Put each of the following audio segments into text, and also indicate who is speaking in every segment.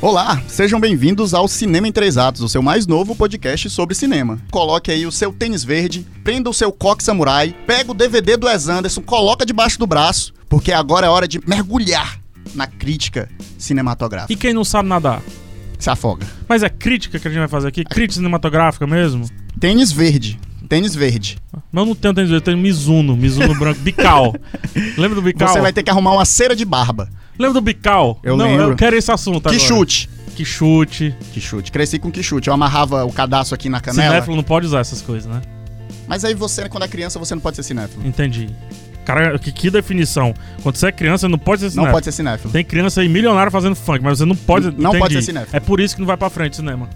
Speaker 1: Olá, sejam bem-vindos ao Cinema em Três Atos, o seu mais novo podcast sobre cinema. Coloque aí o seu tênis verde, prenda o seu coque samurai, pega o DVD do Wes Anderson, coloca debaixo do braço, porque agora é hora de mergulhar na crítica cinematográfica.
Speaker 2: E quem não sabe nadar?
Speaker 1: Se afoga.
Speaker 2: Mas é crítica que a gente vai fazer aqui? Crítica cinematográfica mesmo?
Speaker 1: Tênis verde. Tênis verde.
Speaker 2: Mas eu não tenho tênis verde, eu tenho Mizuno, Mizuno branco, Bical. Lembra do Bical?
Speaker 1: Você vai ter que arrumar uma cera de barba.
Speaker 2: Lembra do Bical?
Speaker 1: Eu
Speaker 2: não,
Speaker 1: lembro.
Speaker 2: eu quero esse assunto
Speaker 1: Que
Speaker 2: Tá agora.
Speaker 1: chute.
Speaker 2: Que chute.
Speaker 1: Que chute. Cresci com que chute. Eu amarrava o cadastro aqui na canela.
Speaker 2: Cinéfilo não pode usar essas coisas, né?
Speaker 1: Mas aí você, quando é criança, você não pode ser cinéfilo.
Speaker 2: Entendi. Cara, que, que definição. Quando você é criança, não pode ser
Speaker 1: Não
Speaker 2: cinéfilo.
Speaker 1: pode ser cinéfilo.
Speaker 2: Tem criança aí milionária fazendo funk, mas você não pode.
Speaker 1: Não pode
Speaker 2: entendi.
Speaker 1: ser cinéfilo.
Speaker 2: É por isso que não vai pra frente o cinema.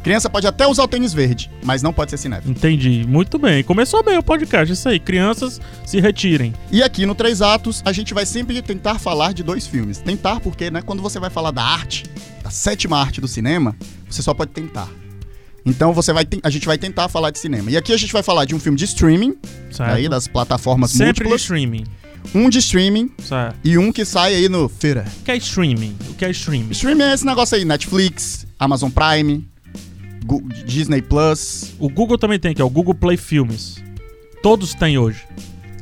Speaker 1: Criança pode até usar o tênis verde, mas não pode ser cinéfilo.
Speaker 2: Entendi. Muito bem. Começou bem o podcast, isso aí. Crianças se retirem.
Speaker 1: E aqui no Três Atos, a gente vai sempre tentar falar de dois filmes. Tentar porque, né, quando você vai falar da arte, da sétima arte do cinema, você só pode tentar. Então você vai ten- a gente vai tentar falar de cinema. E aqui a gente vai falar de um filme de streaming,
Speaker 2: Certo?
Speaker 1: aí das plataformas
Speaker 2: Sempre de
Speaker 1: múltiplas,
Speaker 2: streaming.
Speaker 1: um de streaming
Speaker 2: Certo.
Speaker 1: e um que sai aí no feira.
Speaker 2: O que é streaming? O que é streaming?
Speaker 1: Streaming é esse negócio aí, Netflix, Amazon Prime, Gu- Disney Plus.
Speaker 2: O Google também tem, que é o Google Play Filmes. Todos têm hoje.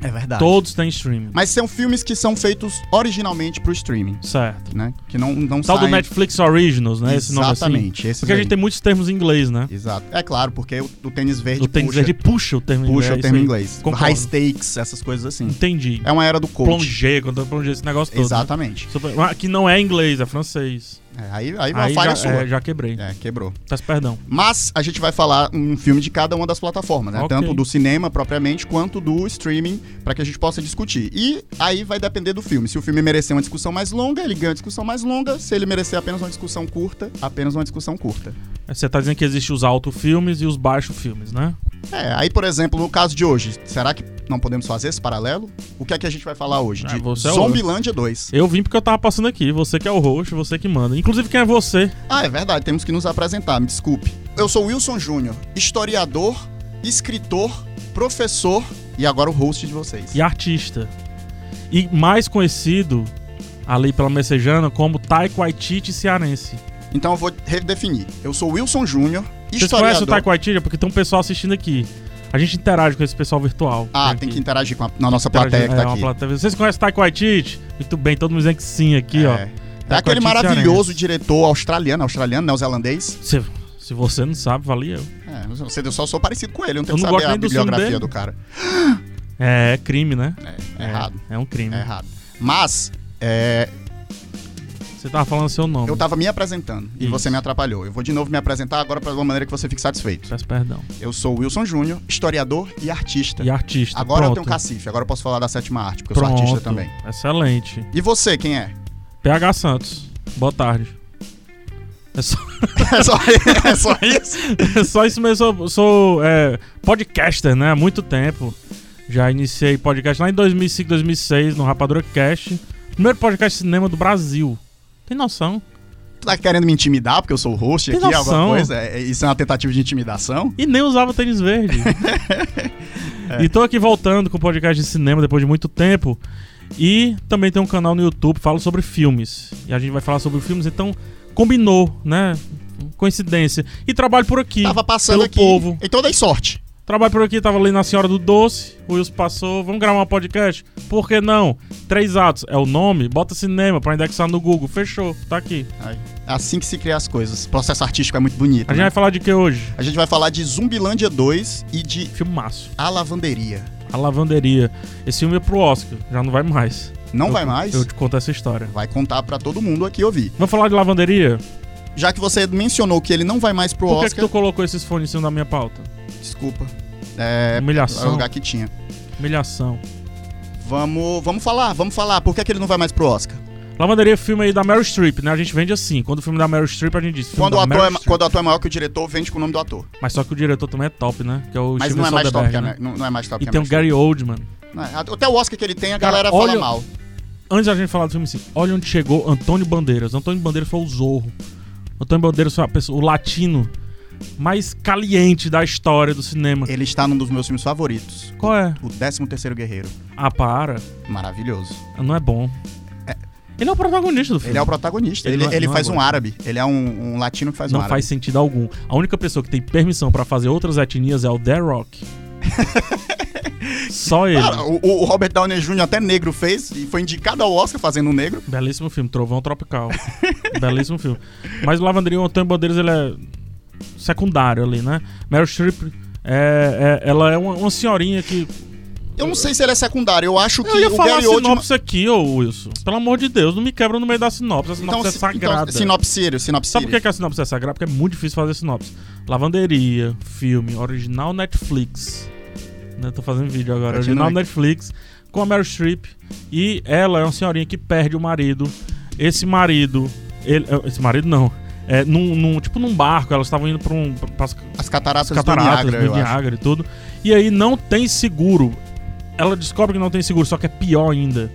Speaker 1: É verdade.
Speaker 2: Todos têm streaming.
Speaker 1: Mas são filmes que são feitos originalmente pro streaming,
Speaker 2: Certo.
Speaker 1: né? Que não não
Speaker 2: Tal do
Speaker 1: saem-
Speaker 2: Netflix Originals, né? Esse nome assim.
Speaker 1: Exatamente. esses
Speaker 2: Porque a
Speaker 1: aí.
Speaker 2: gente tem muitos termos em inglês, né?
Speaker 1: Exato. É claro, porque o, o tênis verde
Speaker 2: O tênis
Speaker 1: puxa,
Speaker 2: verde puxa o termo em inglês.
Speaker 1: puxa o
Speaker 2: é isso
Speaker 1: termo em
Speaker 2: aí.
Speaker 1: inglês.
Speaker 2: Concordo.
Speaker 1: High stakes, essas coisas assim.
Speaker 2: Entendi.
Speaker 1: É uma era do coach.
Speaker 2: Plonger, quando eu plonger esse negócio todo. né?
Speaker 1: Exatamente.
Speaker 2: Super- Ah, Que não é inglês, é francês.
Speaker 1: É, aí aí uma
Speaker 2: Aí
Speaker 1: falha
Speaker 2: já,
Speaker 1: sua.
Speaker 2: é, já quebrei.
Speaker 1: É, quebrou.
Speaker 2: Peço perdão.
Speaker 1: Mas a gente vai falar um filme de cada uma das plataformas, né?
Speaker 2: Ok.
Speaker 1: Tanto do cinema propriamente quanto do streaming, pra que a gente possa discutir. E aí vai depender do filme. Se o filme merecer uma discussão mais longa, ele ganha uma discussão mais longa. Se ele merecer apenas uma discussão curta, apenas uma discussão curta.
Speaker 2: Você tá dizendo que existe os alto filmes e os baixo filmes, né?
Speaker 1: É, aí, por exemplo, no caso de hoje, será que não podemos fazer esse paralelo? O que é que a gente vai falar hoje?
Speaker 2: Ah,
Speaker 1: De
Speaker 2: você é o-
Speaker 1: Zombilândia 2.
Speaker 2: Eu vim porque eu tava passando aqui. Você que é o host, você que manda. Inclusive, quem é você?
Speaker 1: Ah, é verdade, temos que nos apresentar, me desculpe. Eu sou Wilson Júnior, historiador, escritor, professor e agora o host de vocês.
Speaker 2: e artista. E mais conhecido ali pela Messejana como Taiko Waititi cearense.
Speaker 1: Então eu vou redefinir. Eu sou Wilson Júnior,
Speaker 2: Vocês conhecem o
Speaker 1: historiador.
Speaker 2: Taiko Waititi? Porque tem um pessoal assistindo aqui. A gente interage com esse pessoal virtual.
Speaker 1: Ah, tem que interagir com a na nossa
Speaker 2: interagir.
Speaker 1: plateia que
Speaker 2: É,
Speaker 1: tá
Speaker 2: uma
Speaker 1: aqui.
Speaker 2: plateia. Vocês conhecem o Taiko Waititi? Muito bem, todo mundo dizendo que sim aqui, ó.
Speaker 1: É. É aquele maravilhoso diretor australiano, australiano, neozelandês.
Speaker 2: Se, se você não sabe, valia eu.
Speaker 1: É, você eu só sou parecido com ele, eu não
Speaker 2: Eu
Speaker 1: tenho que
Speaker 2: não
Speaker 1: saber
Speaker 2: gosto
Speaker 1: a
Speaker 2: nem do filme
Speaker 1: bibliografia
Speaker 2: dele.
Speaker 1: do cara.
Speaker 2: É, é crime, né?
Speaker 1: É, é errado.
Speaker 2: É um crime.
Speaker 1: É errado. Mas, é,
Speaker 2: Você tava falando seu nome.
Speaker 1: eu tava me apresentando e
Speaker 2: Isso.
Speaker 1: você me atrapalhou. Eu vou de novo me apresentar agora pra uma maneira que você fique satisfeito.
Speaker 2: Peço perdão.
Speaker 1: Eu sou o Wilson Júnior, historiador e artista.
Speaker 2: E artista.
Speaker 1: Agora
Speaker 2: Pronto.
Speaker 1: eu tenho cacife, agora eu posso falar da sétima arte, porque eu
Speaker 2: Pronto.
Speaker 1: sou artista também.
Speaker 2: Excelente.
Speaker 1: E você, quem é?
Speaker 2: PH Santos. Boa tarde. É só...
Speaker 1: É só, é só isso?
Speaker 2: Só isso mesmo, eu sou, sou, é, podcaster, né? Há muito tempo. Já iniciei podcast lá em 2005, 2006, no Rapadura Cast. Primeiro podcast de cinema do Brasil. Tem noção?
Speaker 1: Tu tá querendo me intimidar porque eu sou o host
Speaker 2: Tem
Speaker 1: aqui, alguma
Speaker 2: noção.
Speaker 1: coisa? É- Isso é uma tentativa de intimidação?
Speaker 2: E nem usava tênis verde.
Speaker 1: É.
Speaker 2: E tô aqui voltando com o podcast de cinema depois de muito tempo. E também tem um canal no YouTube, falo sobre filmes. E a gente vai falar sobre filmes, então combinou, né? Coincidência. E trabalho por aqui.
Speaker 1: Tava passando
Speaker 2: pelo
Speaker 1: aqui.
Speaker 2: povo.
Speaker 1: Então dei sorte.
Speaker 2: Trabalho por aqui, tava ali na Senhora do Doce, o Wilson passou, vamos gravar um podcast? Por que não? Três atos, é o nome, bota cinema pra indexar no Google, fechou, tá aqui.
Speaker 1: Aí, É assim que se cria as coisas. O processo artístico é muito bonito.
Speaker 2: A gente
Speaker 1: né?
Speaker 2: vai falar de que hoje?
Speaker 1: A gente vai falar de Zumbilândia 2 e de
Speaker 2: Filmaço,
Speaker 1: A Lavanderia.
Speaker 2: A Lavanderia. Esse filme é pro Oscar, já não vai mais.
Speaker 1: Não
Speaker 2: Eu-
Speaker 1: vai mais?
Speaker 2: Eu te conto essa história.
Speaker 1: Vai contar pra todo mundo aqui ouvir.
Speaker 2: Vamos falar de Lavanderia?
Speaker 1: Já que você mencionou que ele não vai mais pro
Speaker 2: Por que, que
Speaker 1: Oscar,
Speaker 2: tu colocou esses fones em cima da minha pauta?
Speaker 1: desculpa. É, é o
Speaker 2: Humilhação,
Speaker 1: lugar que tinha.
Speaker 2: humilhação.
Speaker 1: Vamos, vamos falar, vamos falar. Por que, é que ele não vai mais pro Oscar?
Speaker 2: Lavanderia é filme aí da Meryl Streep, né? A gente vende assim, quando o filme da Meryl Streep a gente diz. filme
Speaker 1: Quando o,
Speaker 2: da
Speaker 1: ator
Speaker 2: Meryl
Speaker 1: é, ma-
Speaker 2: Streep.
Speaker 1: quando o ator é maior que o diretor, vende com o nome do ator.
Speaker 2: Mas só que o diretor também é top, né? Que é o
Speaker 1: Mas
Speaker 2: Steven
Speaker 1: não é, mais top
Speaker 2: Soderbergh,
Speaker 1: que a,
Speaker 2: né?
Speaker 1: Mer- não, não é mais top
Speaker 2: E
Speaker 1: que a
Speaker 2: tem o
Speaker 1: Meryl
Speaker 2: Gary Oldman.
Speaker 1: Streep. Não é. Até o Oscar que ele tem, a galera
Speaker 2: Cara,
Speaker 1: fala
Speaker 2: olha-
Speaker 1: mal.
Speaker 2: Antes da gente falar do filme, assim, olha onde chegou Antônio Bandeiras. Antônio Bandeiras foi o Zorro. Antônio Bandeiras foi a pessoa, o latino mais caliente da história do cinema.
Speaker 1: Ele está num dos meus filmes favoritos.
Speaker 2: Qual é?
Speaker 1: O 13 Terceiro Guerreiro.
Speaker 2: Ah, para.
Speaker 1: Maravilhoso.
Speaker 2: Não é bom. Ele é o protagonista do filme.
Speaker 1: Ele é o protagonista.
Speaker 2: Ele
Speaker 1: Ele,
Speaker 2: não-
Speaker 1: ele
Speaker 2: não
Speaker 1: faz um
Speaker 2: agora.
Speaker 1: árabe. Ele é um, um latino que faz
Speaker 2: Não
Speaker 1: um árabe.
Speaker 2: faz sentido algum. A única pessoa que tem permissão pra fazer outras etnias é o The Rock. Só ele.
Speaker 1: Ah, o, o Robert Downey Jr. até negro fez e foi indicado ao Oscar fazendo um negro.
Speaker 2: Belíssimo filme, Trovão Tropical. Belíssimo filme. Mas o Lavandrinho Antônio Bandeiras, ele é secundário ali, né? Meryl Streep, é, é- ela é uma, uma senhorinha que...
Speaker 1: Eu não sei se ele é secundário. Eu acho que
Speaker 2: Eu ia
Speaker 1: o
Speaker 2: falar a
Speaker 1: Gary Oldman...
Speaker 2: sinopse aqui, ô Wilson. Pelo amor de Deus, não me quebra no meio da sinopse. A sinopse é
Speaker 1: si-
Speaker 2: sagrada.
Speaker 1: então, sinopseiro, sinopseiro.
Speaker 2: Sabe por que que a sinopse é sagrada? Porque é muito difícil fazer sinopse. Lavanderia, filme, original Netflix. Né, tô fazendo vídeo agora.
Speaker 1: Imagina,
Speaker 2: Original
Speaker 1: né?
Speaker 2: Netflix, com a Meryl Streep. E ela é uma senhorinha que perde o marido. Esse marido. ele- eh, esse marido não. É, num, num- tipo num barco, elas estavam indo pra um. pra- pras
Speaker 1: As cataratas,
Speaker 2: cataratas,
Speaker 1: do Niagara,
Speaker 2: do
Speaker 1: eu acho.
Speaker 2: Niagara e tudo. E aí não tem seguro. Ela descobre que não tem seguro, só que é pior ainda.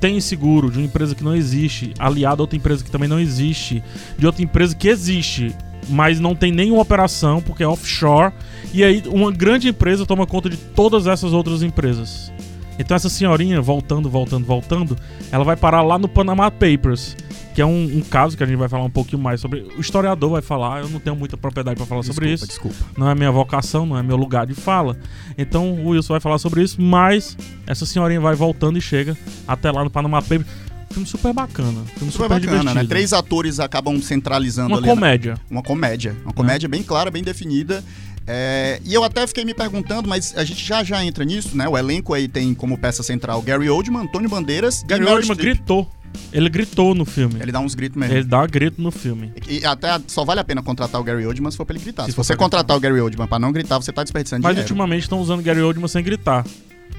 Speaker 2: Tem seguro de uma empresa que não existe, aliado a outra empresa que também não existe, de outra empresa que existe, mas não tem nenhuma operação porque é offshore. E aí uma grande empresa toma conta de todas essas outras empresas. Então essa senhorinha, voltando, voltando, voltando, ela vai parar lá no Panama Papers, que é um, um caso que a gente vai falar um pouquinho mais sobre. O historiador vai falar, eu não tenho muita propriedade pra falar sobre isso
Speaker 1: Desculpa.
Speaker 2: não é minha vocação, não é meu lugar de fala. Então o Wilson vai falar sobre isso, mas essa senhorinha vai voltando e chega até lá no Panama Papers. Filme super bacana, filme super,
Speaker 1: Super bacana,
Speaker 2: divertido.
Speaker 1: né? Três atores acabam centralizando
Speaker 2: Uma
Speaker 1: ali. né?
Speaker 2: comédia. É.
Speaker 1: Uma comédia. Uma comédia bem clara, bem definida. É, e eu até fiquei me perguntando, mas a gente já já entra nisso, né? O elenco aí tem como peça central Gary Oldman, Antônio Bandeiras
Speaker 2: Gary
Speaker 1: Meryl
Speaker 2: Oldman
Speaker 1: Streep.
Speaker 2: gritou. Ele gritou no filme. Ele,
Speaker 1: Ele dá uns gritos mesmo.
Speaker 2: dá grito no filme.
Speaker 1: E até só vale a pena contratar o Gary Oldman se for pra ele gritar.
Speaker 2: Se
Speaker 1: Se,
Speaker 2: for
Speaker 1: você
Speaker 2: pra
Speaker 1: contratar o Gary Oldman pra não gritar, você tá desperdiçando
Speaker 2: Mas
Speaker 1: dinheiro.
Speaker 2: ultimamente estão usando Gary Oldman sem gritar.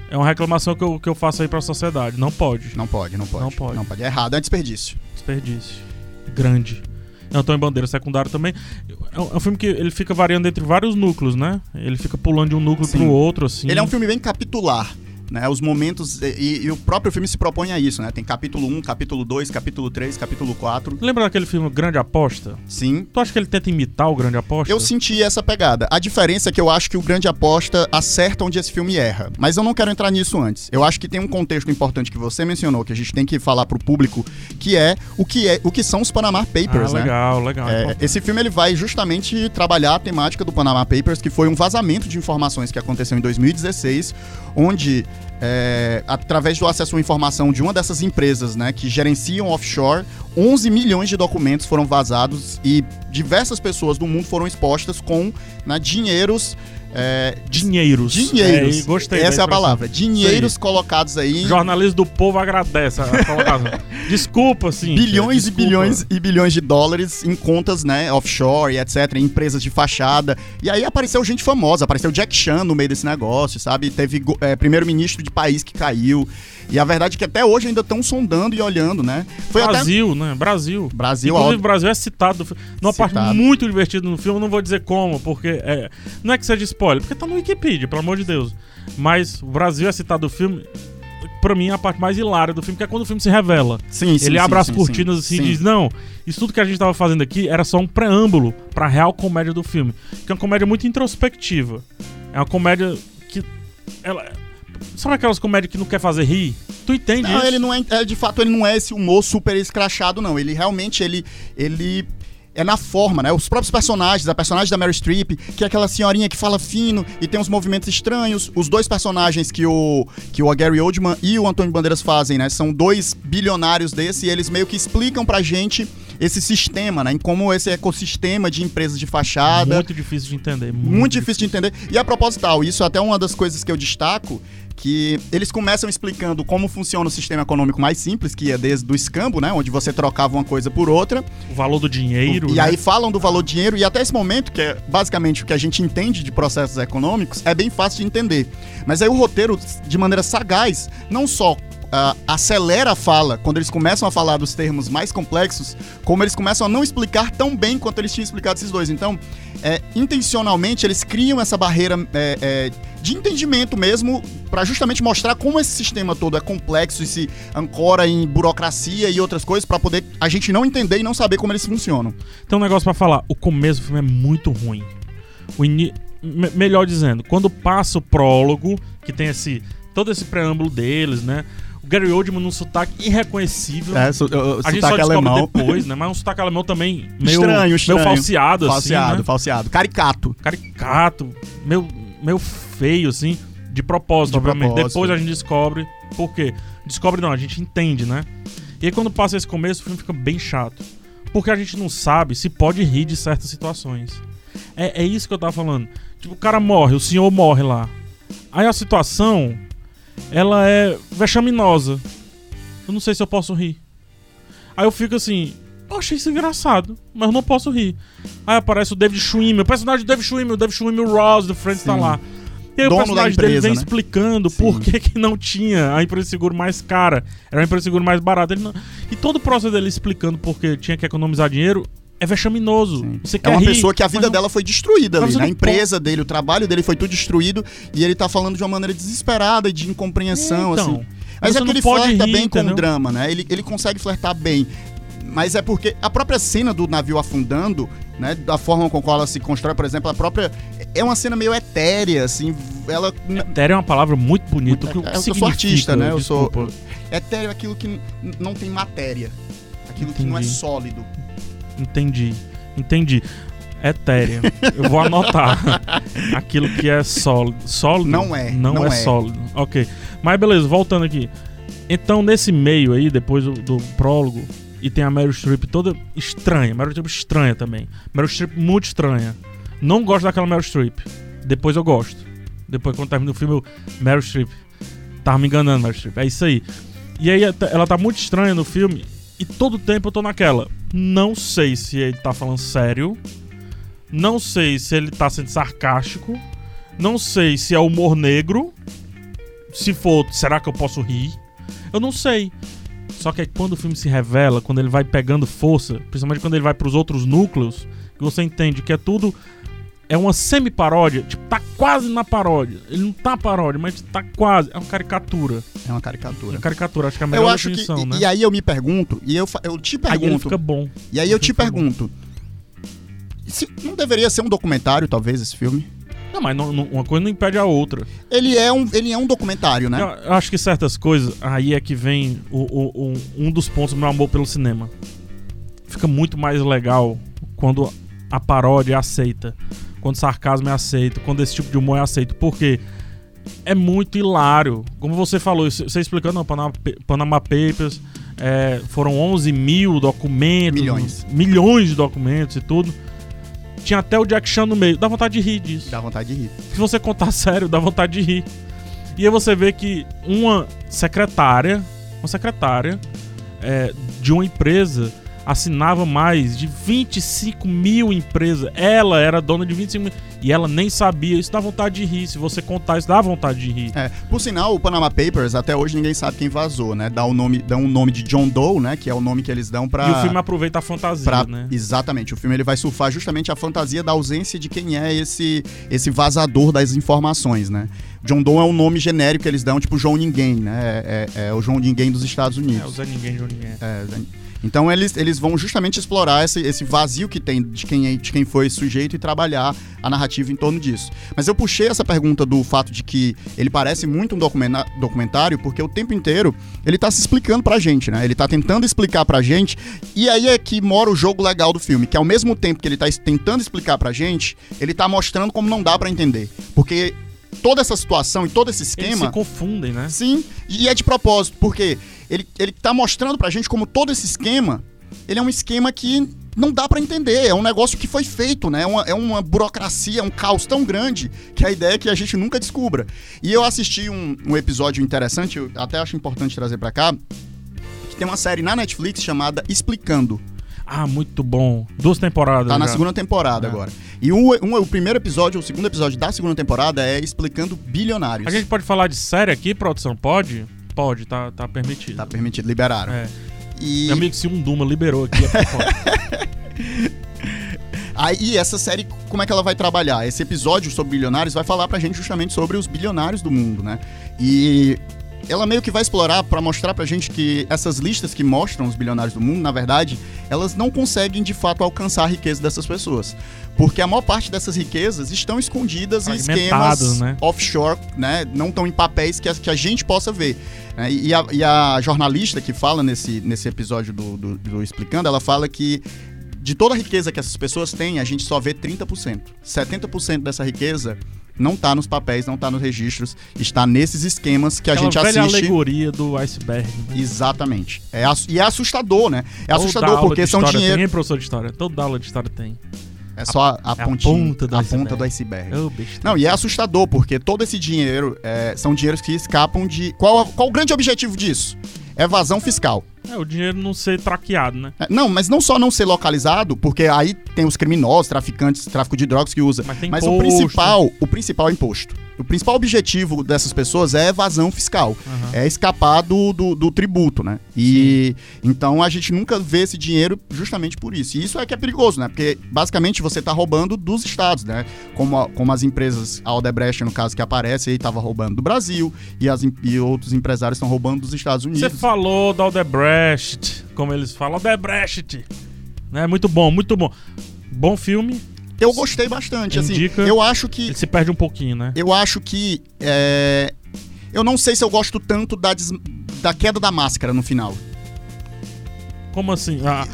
Speaker 2: É uma reclamação que eu, que eu faço aí pra sociedade. Não pode.
Speaker 1: Não pode, não pode.
Speaker 2: Não pode.
Speaker 1: Não pode. É errado, é desperdício.
Speaker 2: Desperdício. Grande. É um Antônio Bandeira, secundário também. É um, é um filme que ele fica variando entre vários núcleos, né? Ele fica pulando de um núcleo
Speaker 1: Sim.
Speaker 2: pro outro, assim.
Speaker 1: Ele é um filme bem capitular. Né, os momentos. E, e o próprio filme se propõe a isso, né? Tem capítulo 1, capítulo 2, capítulo 3, capítulo 4.
Speaker 2: Lembra daquele filme Grande Aposta?
Speaker 1: Sim.
Speaker 2: Tu acha que ele tenta imitar o Grande Aposta?
Speaker 1: Eu senti essa pegada. A diferença é que eu acho que o Grande Aposta acerta onde esse filme erra. Mas eu não quero entrar nisso antes. Eu acho que tem um contexto importante que você mencionou, que a gente tem que falar pro público, que é o que, é, o que são os Panama Papers,
Speaker 2: Ah,
Speaker 1: né?
Speaker 2: legal, legal.
Speaker 1: É,
Speaker 2: importante.
Speaker 1: esse filme ele vai justamente trabalhar a temática do Panama Papers, que foi um vazamento de informações que aconteceu em 2016, onde é, através do acesso à informação de uma dessas empresas, né, que gerenciam offshore, 11 milhões de documentos foram vazados e diversas pessoas do mundo foram expostas com né, dinheiros. é, di-
Speaker 2: Dinheiros.
Speaker 1: dinheiros.
Speaker 2: É, e gostei. da
Speaker 1: Essa é a
Speaker 2: expressão.
Speaker 1: palavra. Dinheiros colocados aí. em
Speaker 2: Jornalista do povo agradece a colocação. desculpa, sim.
Speaker 1: bilhões e bilhões e bilhões de dólares em contas, né, offshore, e etc, em empresas de fachada. E aí apareceu gente famosa, apareceu Jack Chan no meio desse negócio, sabe? Teve go- eh, primeiro-ministro de país que caiu. E a verdade é que até hoje ainda estão sondando e olhando, né? Foi até
Speaker 2: Brasil, né? Brasil.
Speaker 1: Brasil,
Speaker 2: Inclusive, o
Speaker 1: ó,
Speaker 2: Brasil é citado no filme. Numa
Speaker 1: Citado.
Speaker 2: parte muito divertida no filme, eu não vou dizer como, porque é, não é que seja spoiler, porque tá no Wikipedia, pelo amor de Deus. Mas o Brasil é citado no filme, pra mim é a parte mais hilária do filme, que é quando o filme se revela.
Speaker 1: sim, sim,
Speaker 2: ele
Speaker 1: sim,
Speaker 2: abre as
Speaker 1: sim,
Speaker 2: cortinas
Speaker 1: sim,
Speaker 2: assim e
Speaker 1: sim.
Speaker 2: diz: Não, isso tudo que a gente tava fazendo aqui era só um preâmbulo pra real comédia do filme. Que é uma comédia muito introspectiva. É uma comédia que. Ela... Sabe aquelas comédias que não quer fazer rir? Tu entende
Speaker 1: Não,
Speaker 2: isso?
Speaker 1: ele não é, é, de fato, ele não é esse humor super escrachado, não. Ele realmente, ele, ele é na forma, né? Os próprios personagens, a personagem da Mary Streep, que é aquela senhorinha que fala fino e tem uns movimentos estranhos. Os dois personagens que o, que o Gary Oldman e o Antônio Bandeiras fazem, né? São dois bilionários desse e eles meio que explicam pra gente esse sistema, né? Em como esse ecossistema de empresas de fachada
Speaker 2: Muito difícil de entender. Muito,
Speaker 1: né? muito difícil de entender. E é proposital, isso é até uma das coisas que eu destaco, que eles começam explicando como funciona o sistema econômico mais simples, que é desde o escambo, né, onde você trocava uma coisa por outra,
Speaker 2: O valor do dinheiro.
Speaker 1: e
Speaker 2: né?
Speaker 1: aí falam do valor do dinheiro, e até esse momento, que é basicamente o que a gente entende de processos econômicos, é bem fácil de entender. Mas aí o roteiro, de maneira sagaz, não só ah, acelera a fala quando eles começam a falar dos termos mais complexos, como eles começam a não explicar tão bem quanto eles tinham explicado esses dois. Então, é, intencionalmente, eles criam essa barreira é, é, de entendimento mesmo, para justamente mostrar como esse sistema todo é complexo e se ancora em burocracia e outras coisas, para poder a gente não entender e não saber como eles funcionam.
Speaker 2: Tem um negócio pra falar. O começo do filme é muito ruim. O ini... me- Melhor dizendo, quando passa o prólogo, que tem esse todo esse preâmbulo deles, né? O Gary Oldman num sotaque irreconhecível.
Speaker 1: É, so, o, o
Speaker 2: a gente só
Speaker 1: sotaque
Speaker 2: descobre
Speaker 1: alemão.
Speaker 2: depois, né? Mas é um sotaque alemão também meio,
Speaker 1: estranho, estranho.
Speaker 2: meio falseado,
Speaker 1: Falseado,
Speaker 2: assim, né?
Speaker 1: falseado. Caricato.
Speaker 2: Caricato, meio, meio feio, assim, de propósito,
Speaker 1: De
Speaker 2: obviamente.
Speaker 1: propósito.
Speaker 2: Depois a gente descobre por quê. Descobre não, a gente entende, né? E aí quando passa esse começo, o filme fica bem chato. Porque a gente não sabe se pode rir de certas situações. É, é isso que eu tava falando. Tipo, o cara morre, o senhor morre lá. Aí a situação, ela é vexaminosa. Eu não sei se eu posso rir. Aí eu fico assim, eu achei isso engraçado, mas eu não posso rir. Aí aparece o David Schwimmer, o personagem do David Schwimmer, o David Schwimmer Ross do Friends tá
Speaker 1: Sim.
Speaker 2: lá. E aí o
Speaker 1: Dono da
Speaker 2: personagem dele
Speaker 1: empresa,
Speaker 2: vem
Speaker 1: né?
Speaker 2: explicando
Speaker 1: Sim.
Speaker 2: por que, que não tinha a empresa de seguro mais cara, era a empresa de seguro mais barata. Ele não- E todo o processo dele explicando porque tinha que economizar dinheiro é vexaminoso. Você
Speaker 1: É
Speaker 2: quer
Speaker 1: uma
Speaker 2: rir,
Speaker 1: pessoa que a vida
Speaker 2: mas não-
Speaker 1: dela foi destruída
Speaker 2: Mas
Speaker 1: ali.
Speaker 2: você
Speaker 1: né? A
Speaker 2: não
Speaker 1: empresa dele, o trabalho dele foi tudo destruído e ele tá falando de uma maneira desesperada e de incompreensão,
Speaker 2: Então,
Speaker 1: assim. Mas
Speaker 2: você
Speaker 1: é porque
Speaker 2: não
Speaker 1: ele
Speaker 2: pode
Speaker 1: flerta
Speaker 2: rir,
Speaker 1: bem com o
Speaker 2: entendeu?
Speaker 1: drama, né? Ele, ele consegue flertar bem. Mas é porque a própria cena do navio afundando, né? Da forma com qual ela se constrói, por exemplo, a própria. É uma cena meio etérea, assim. Ela.
Speaker 2: Etérea é uma palavra muito bonita.
Speaker 1: Muito-
Speaker 2: o que
Speaker 1: é, eu sou
Speaker 2: significa,
Speaker 1: artista, né? Eu sou-
Speaker 2: desculpa.
Speaker 1: Etéreo é aquilo que n- não tem matéria. Aquilo que não é
Speaker 2: Entendi.
Speaker 1: sólido.
Speaker 2: Entendi. Entendi. Etérea. Eu vou anotar. Aquilo que é sólido. Sólido?
Speaker 1: Não é,
Speaker 2: Não,
Speaker 1: não
Speaker 2: é,
Speaker 1: é.
Speaker 2: sólido. Ok. Mas beleza, voltando aqui. Então, nesse meio aí, depois do, do prólogo, e tem a Meryl Streep toda estranha. Meryl Streep estranha também. Meryl Streep muito estranha. Não gosto daquela Meryl Streep. Depois eu gosto. Depois, quando termina o filme, eu... Meryl Streep. Tava me enganando, Meryl Streep. É isso aí. E aí ela tá- ela tá muito estranha no filme e todo tempo eu tô naquela. Não sei se ele tá falando sério. Não sei se ele tá sendo sarcástico. Não sei se é humor negro. Se for, será que eu posso rir? Eu não sei. Só que aí quando o filme se revela, quando ele vai pegando força, principalmente quando ele vai pros outros núcleos, que você entende que é tudo é uma semi-paródia, tipo, tá quase na paródia. Ele não tá paródia, mas tá quase, é uma caricatura.
Speaker 1: É uma caricatura.
Speaker 2: Uma caricatura, acho que é a melhor
Speaker 1: Eu acho que.
Speaker 2: definição,
Speaker 1: e-
Speaker 2: né?
Speaker 1: E aí eu me pergunto, e eu, fa- eu te
Speaker 2: Aí ele
Speaker 1: pergunto.
Speaker 2: fica bom.
Speaker 1: E aí eu te
Speaker 2: Fica bom.
Speaker 1: pergunto. se- não deveria ser um documentário, talvez, esse filme?
Speaker 2: Não, mas não- não- uma coisa não impede a outra.
Speaker 1: Ele é um, ele é um documentário, né?
Speaker 2: Eu, eu acho que certas coisas, aí é que vem o, o- o- um dos pontos do meu amor pelo cinema. Fica muito mais legal quando a paródia é aceita, quando o sarcasmo é aceito, quando esse tipo de humor é aceito. Por quê? É muito hilário. Como você falou, isso- você explicando, não, Panama, Pa- Panama Papers, é, foram 11 mil documentos.
Speaker 1: Milhões.
Speaker 2: Milhões de documentos e tudo. Tinha até o Jack Chan no meio. Dá vontade de rir disso.
Speaker 1: Dá vontade de rir.
Speaker 2: se você contar sério, dá vontade de rir. E aí você vê que uma secretária, uma secretária é, de uma empresa assinava mais de 25 mil empresas. Ela era dona de 25 mil e ela nem sabia. Isso dá vontade de rir. Se você contar, isso dá vontade de rir.
Speaker 1: É, por sinal, o Panama Papers, até hoje ninguém sabe quem vazou, né? Dá o nome, dá um nome de John Doe, né? Que é o nome que eles dão pra.
Speaker 2: E o filme aproveita a fantasia,
Speaker 1: pra-
Speaker 2: né?
Speaker 1: Exatamente. O filme ele vai surfar justamente a fantasia da ausência de quem é esse esse vazador das informações, né? John Doe é um nome genérico que eles dão, tipo João Ninguém, né? É, é- é o João Ninguém dos Estados
Speaker 2: É, o
Speaker 1: Unidos.
Speaker 2: Zé Ninguém, João Ninguém.
Speaker 1: É, Zé- então eles, eles vão justamente explorar esse, esse vazio que tem de quem, é- de quem foi esse sujeito e trabalhar a narrativa em torno disso. Mas eu puxei essa pergunta do fato de que ele parece muito um documenta- documentário, porque o tempo inteiro ele tá se explicando pra gente, né? Ele tá tentando explicar pra gente, e aí é que mora o jogo legal do filme, que ao mesmo tempo que ele tá es- tentando explicar pra gente, ele tá mostrando como não dá pra entender. Porque toda essa situação e todo esse
Speaker 2: Eles se
Speaker 1: esquema
Speaker 2: confundem, né?
Speaker 1: Sim, e é de propósito, porque ele, ele tá mostrando pra gente como todo esse esquema, ele é um esquema que não dá pra entender, é um negócio que foi feito, né? É uma, é uma burocracia, é um caos tão grande que a ideia é que a gente nunca descubra. E eu assisti um, um episódio interessante, eu até acho importante trazer pra cá, que tem uma série na Netflix chamada Explicando.
Speaker 2: Ah, muito bom. Duas temporadas.
Speaker 1: Tá na
Speaker 2: já.
Speaker 1: segunda temporada
Speaker 2: É.
Speaker 1: agora. E um, um- o primeiro episódio, o segundo episódio da segunda temporada é Explicando Bilionários.
Speaker 2: A gente pode falar de série aqui, produção? Pode? Pode, tá, tá permitido.
Speaker 1: Tá permitido, liberaram.
Speaker 2: É.
Speaker 1: E...
Speaker 2: Meu amigo, se um Duma liberou aqui, é por conta.
Speaker 1: Aí e essa série, como é que ela vai trabalhar? Esse episódio sobre bilionários vai falar pra gente justamente sobre os bilionários do mundo, né? E ela meio que vai explorar pra mostrar pra gente que essas listas que mostram os bilionários do mundo, na verdade, elas não conseguem de fato alcançar a riqueza dessas pessoas. Porque a maior parte dessas riquezas estão escondidas em esquemas
Speaker 2: né?
Speaker 1: offshore, né? Não estão em papéis que a, que a gente possa ver. né? E a, e a jornalista que fala nesse, nesse episódio do, do- do Explicando, ela fala que de toda a riqueza que essas pessoas têm, a gente só vê 30%. 70% dessa riqueza não tá nos papéis, não tá nos registros, está nesses esquemas que a
Speaker 2: Aquela
Speaker 1: gente
Speaker 2: velha
Speaker 1: assiste.
Speaker 2: alegoria do iceberg. né?
Speaker 1: Exatamente. É ass- E é assustador, né? É
Speaker 2: Toda
Speaker 1: assustador
Speaker 2: aula
Speaker 1: porque
Speaker 2: de
Speaker 1: são
Speaker 2: história
Speaker 1: dinheiro.
Speaker 2: Tem, professor de história? Toda aula de história tem.
Speaker 1: É só a, a
Speaker 2: é a
Speaker 1: pontinha,
Speaker 2: ponta do
Speaker 1: a
Speaker 2: iceberg.
Speaker 1: ponta do iceberg.
Speaker 2: Ô, besta.
Speaker 1: Não, e é assustador, porque todo esse dinheiro é, são dinheiros que escapam de. Qual, qual o grande objetivo disso? Evasão fiscal.
Speaker 2: É, o dinheiro não ser traqueado, né?
Speaker 1: É, Não, mas não só não ser localizado, porque aí tem os criminosos, traficantes, tráfico de drogas que usa.
Speaker 2: Mas tem
Speaker 1: Mas o
Speaker 2: imposto.
Speaker 1: principal, o principal é imposto. O principal objetivo dessas pessoas é evasão fiscal.
Speaker 2: Aham.
Speaker 1: É escapar do, do, do tributo, né? E então a gente nunca vê esse dinheiro justamente por isso. E isso é que é perigoso, né? Porque basicamente você tá roubando dos estados, né? Como, a- como as empresas, a Odebrecht, no caso que aparece, aí tava roubando do Brasil e, as, em- e outros empresários estão roubando dos Estados
Speaker 2: Você
Speaker 1: Unidos.
Speaker 2: falou da Aldebrecht, como eles falam, Aldebrecht. Né? Muito bom, muito bom. Bom filme,
Speaker 1: Eu gostei bastante, assim.
Speaker 2: Indica-
Speaker 1: Eu acho que
Speaker 2: ele se perde um pouquinho, né?
Speaker 1: Eu acho que. é, eu não sei se eu gosto tanto da, des- da queda da máscara no final.
Speaker 2: Como assim? Ah,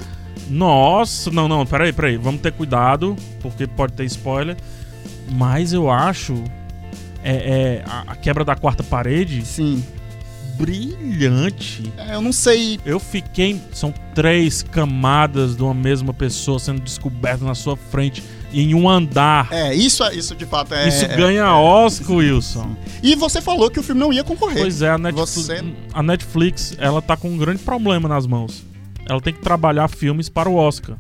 Speaker 2: nossa, não, não, peraí, peraí. Vamos ter cuidado, porque pode ter spoiler. Mas eu acho é, é, a, a quebra da quarta parede
Speaker 1: Sim.
Speaker 2: brilhante.
Speaker 1: É, eu não sei.
Speaker 2: Eu fiquei. São três camadas de uma mesma pessoa sendo descoberta na sua frente em um andar.
Speaker 1: É, isso, é- isso de fato é.
Speaker 2: Isso
Speaker 1: é-
Speaker 2: ganha Oscar, Wilson.
Speaker 1: E você falou que o filme não ia concorrer.
Speaker 2: Pois é, a Netflix,
Speaker 1: Você-
Speaker 2: a Netflix, ela tá com um grande problema nas mãos. Ela tem que trabalhar filmes para o Oscar.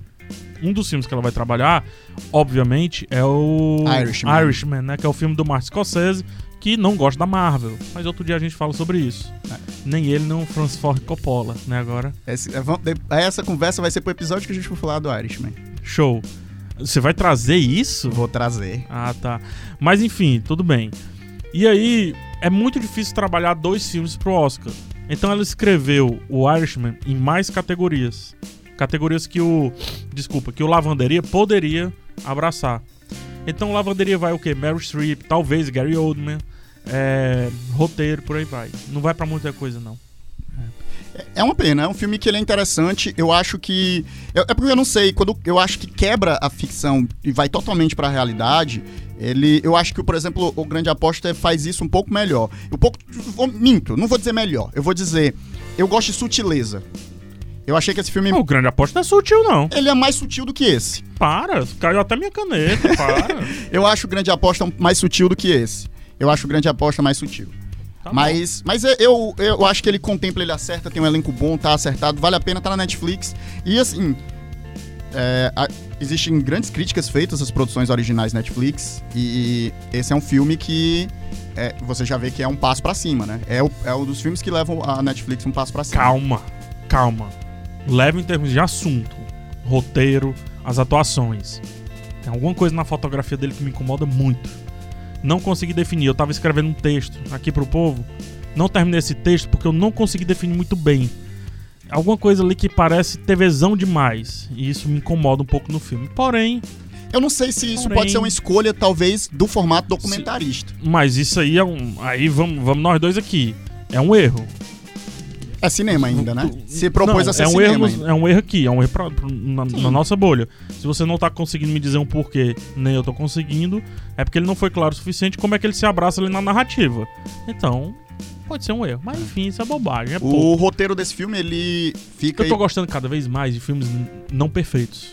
Speaker 2: Um dos filmes que ela vai trabalhar, obviamente, é o
Speaker 1: Irishman.
Speaker 2: Irishman, né? Que é o filme do Martin Scorsese, que não gosta da Marvel. Mas outro dia a gente fala sobre isso.
Speaker 1: É.
Speaker 2: Nem ele, não o Francis Ford Coppola, né? Agora,
Speaker 1: Esse- é, vamos- de- essa conversa vai ser pro episódio que a gente for falar do Irishman.
Speaker 2: show. Você vai trazer isso?
Speaker 1: Vou trazer.
Speaker 2: Ah, tá. Mas enfim, tudo bem. E aí, é muito difícil trabalhar dois filmes pro Oscar. Então ela escreveu o Irishman em mais categorias. Categorias que o. Desculpa, que o Lavanderia poderia abraçar. Então o Lavanderia vai o quê? Meryl Streep, talvez Gary Oldman, é, roteiro, por aí vai. Não vai pra muita coisa, não.
Speaker 1: É uma pena, é um filme que ele é interessante. Eu acho que. eu- é porque eu não sei, quando eu acho que quebra a ficção e vai totalmente pra realidade, ele. Eu acho que, por exemplo, o Grande Aposta faz isso um pouco melhor. Um pouco. vou- Minto, não vou dizer melhor. Eu vou dizer. Eu gosto de sutileza. Eu achei que esse filme.
Speaker 2: O grande aposta não é sutil, não.
Speaker 1: Ele é mais sutil do que esse.
Speaker 2: Para, caiu até minha caneta, para.
Speaker 1: Eu acho o Grande Aposta um- mais sutil do que esse. Eu acho o Grande Aposta mais sutil.
Speaker 2: Tá bom.
Speaker 1: mas mas eu- eu, eu acho que ele contempla, ele acerta, tem um elenco bom, tá acertado, vale a pena, tá na Netflix. E assim. é, a- existem grandes críticas feitas às produções originais Netflix. E esse é um filme que. é, você já vê que é um passo pra cima, né? É, o- é um dos filmes que levam a Netflix um passo pra cima.
Speaker 2: calma, calma. Leva em termos de assunto, roteiro, as atuações. Tem alguma coisa na fotografia dele que me incomoda muito. Não consegui definir. Eu tava escrevendo um texto aqui pro povo. Não terminei esse texto porque eu não consegui definir muito bem. Alguma coisa ali que parece TVzão demais. E isso me incomoda um pouco no filme. Porém,
Speaker 1: Eu não sei se isso
Speaker 2: Porém-
Speaker 1: pode ser uma escolha, talvez, do formato documentarista.
Speaker 2: mas isso aí é um. Aí vamos, vamos nós dois aqui. É um erro.
Speaker 1: É cinema ainda, né?
Speaker 2: Tu-
Speaker 1: Se propôs
Speaker 2: não,
Speaker 1: a ser
Speaker 2: é um
Speaker 1: cinema
Speaker 2: erro,
Speaker 1: ainda.
Speaker 2: É um erro aqui, é um erro pra- pra- na,
Speaker 1: Sim.
Speaker 2: na nossa bolha. Se você não tá conseguindo me dizer um porquê, nem eu tô conseguindo, é porque ele não foi claro o suficiente como é que ele se abraça ali na narrativa. Então, pode ser um erro. Mas enfim, isso é bobagem, é pouco.
Speaker 1: O roteiro desse filme, ele fica.
Speaker 2: Eu tô gostando cada vez mais de filmes n- não perfeitos.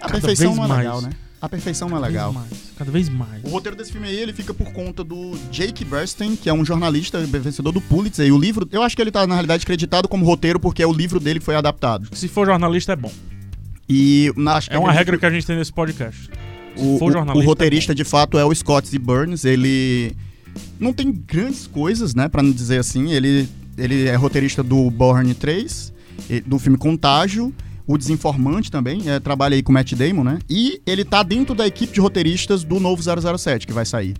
Speaker 1: A
Speaker 2: cada
Speaker 1: perfeição
Speaker 2: vez
Speaker 1: não é
Speaker 2: mais.
Speaker 1: legal, né? A perfeição não é legal.
Speaker 2: Cada vez mais. Cada vez mais.
Speaker 1: O roteiro desse filme aí, ele fica por conta do Jake Burstein, que é um jornalista vencedor do Pulitzer. E o livro, eu acho que ele tá, na realidade, creditado como roteiro porque o livro dele foi adaptado.
Speaker 2: Se for jornalista, é bom.
Speaker 1: E na, acho que
Speaker 2: É uma
Speaker 1: ele-
Speaker 2: regra que a gente tem nesse podcast. Se
Speaker 1: o,
Speaker 2: for
Speaker 1: o-
Speaker 2: jornalista,
Speaker 1: o roteirista, de fato, é o Scott Z. Burns. Ele não tem grandes coisas, né? Pra não dizer assim. Ele, ele é roteirista do Born 3, e- do filme Contágio. O Desinformante também, é, trabalha aí com o Matt Damon, né? E ele tá dentro da equipe de roteiristas do novo 007, que vai sair.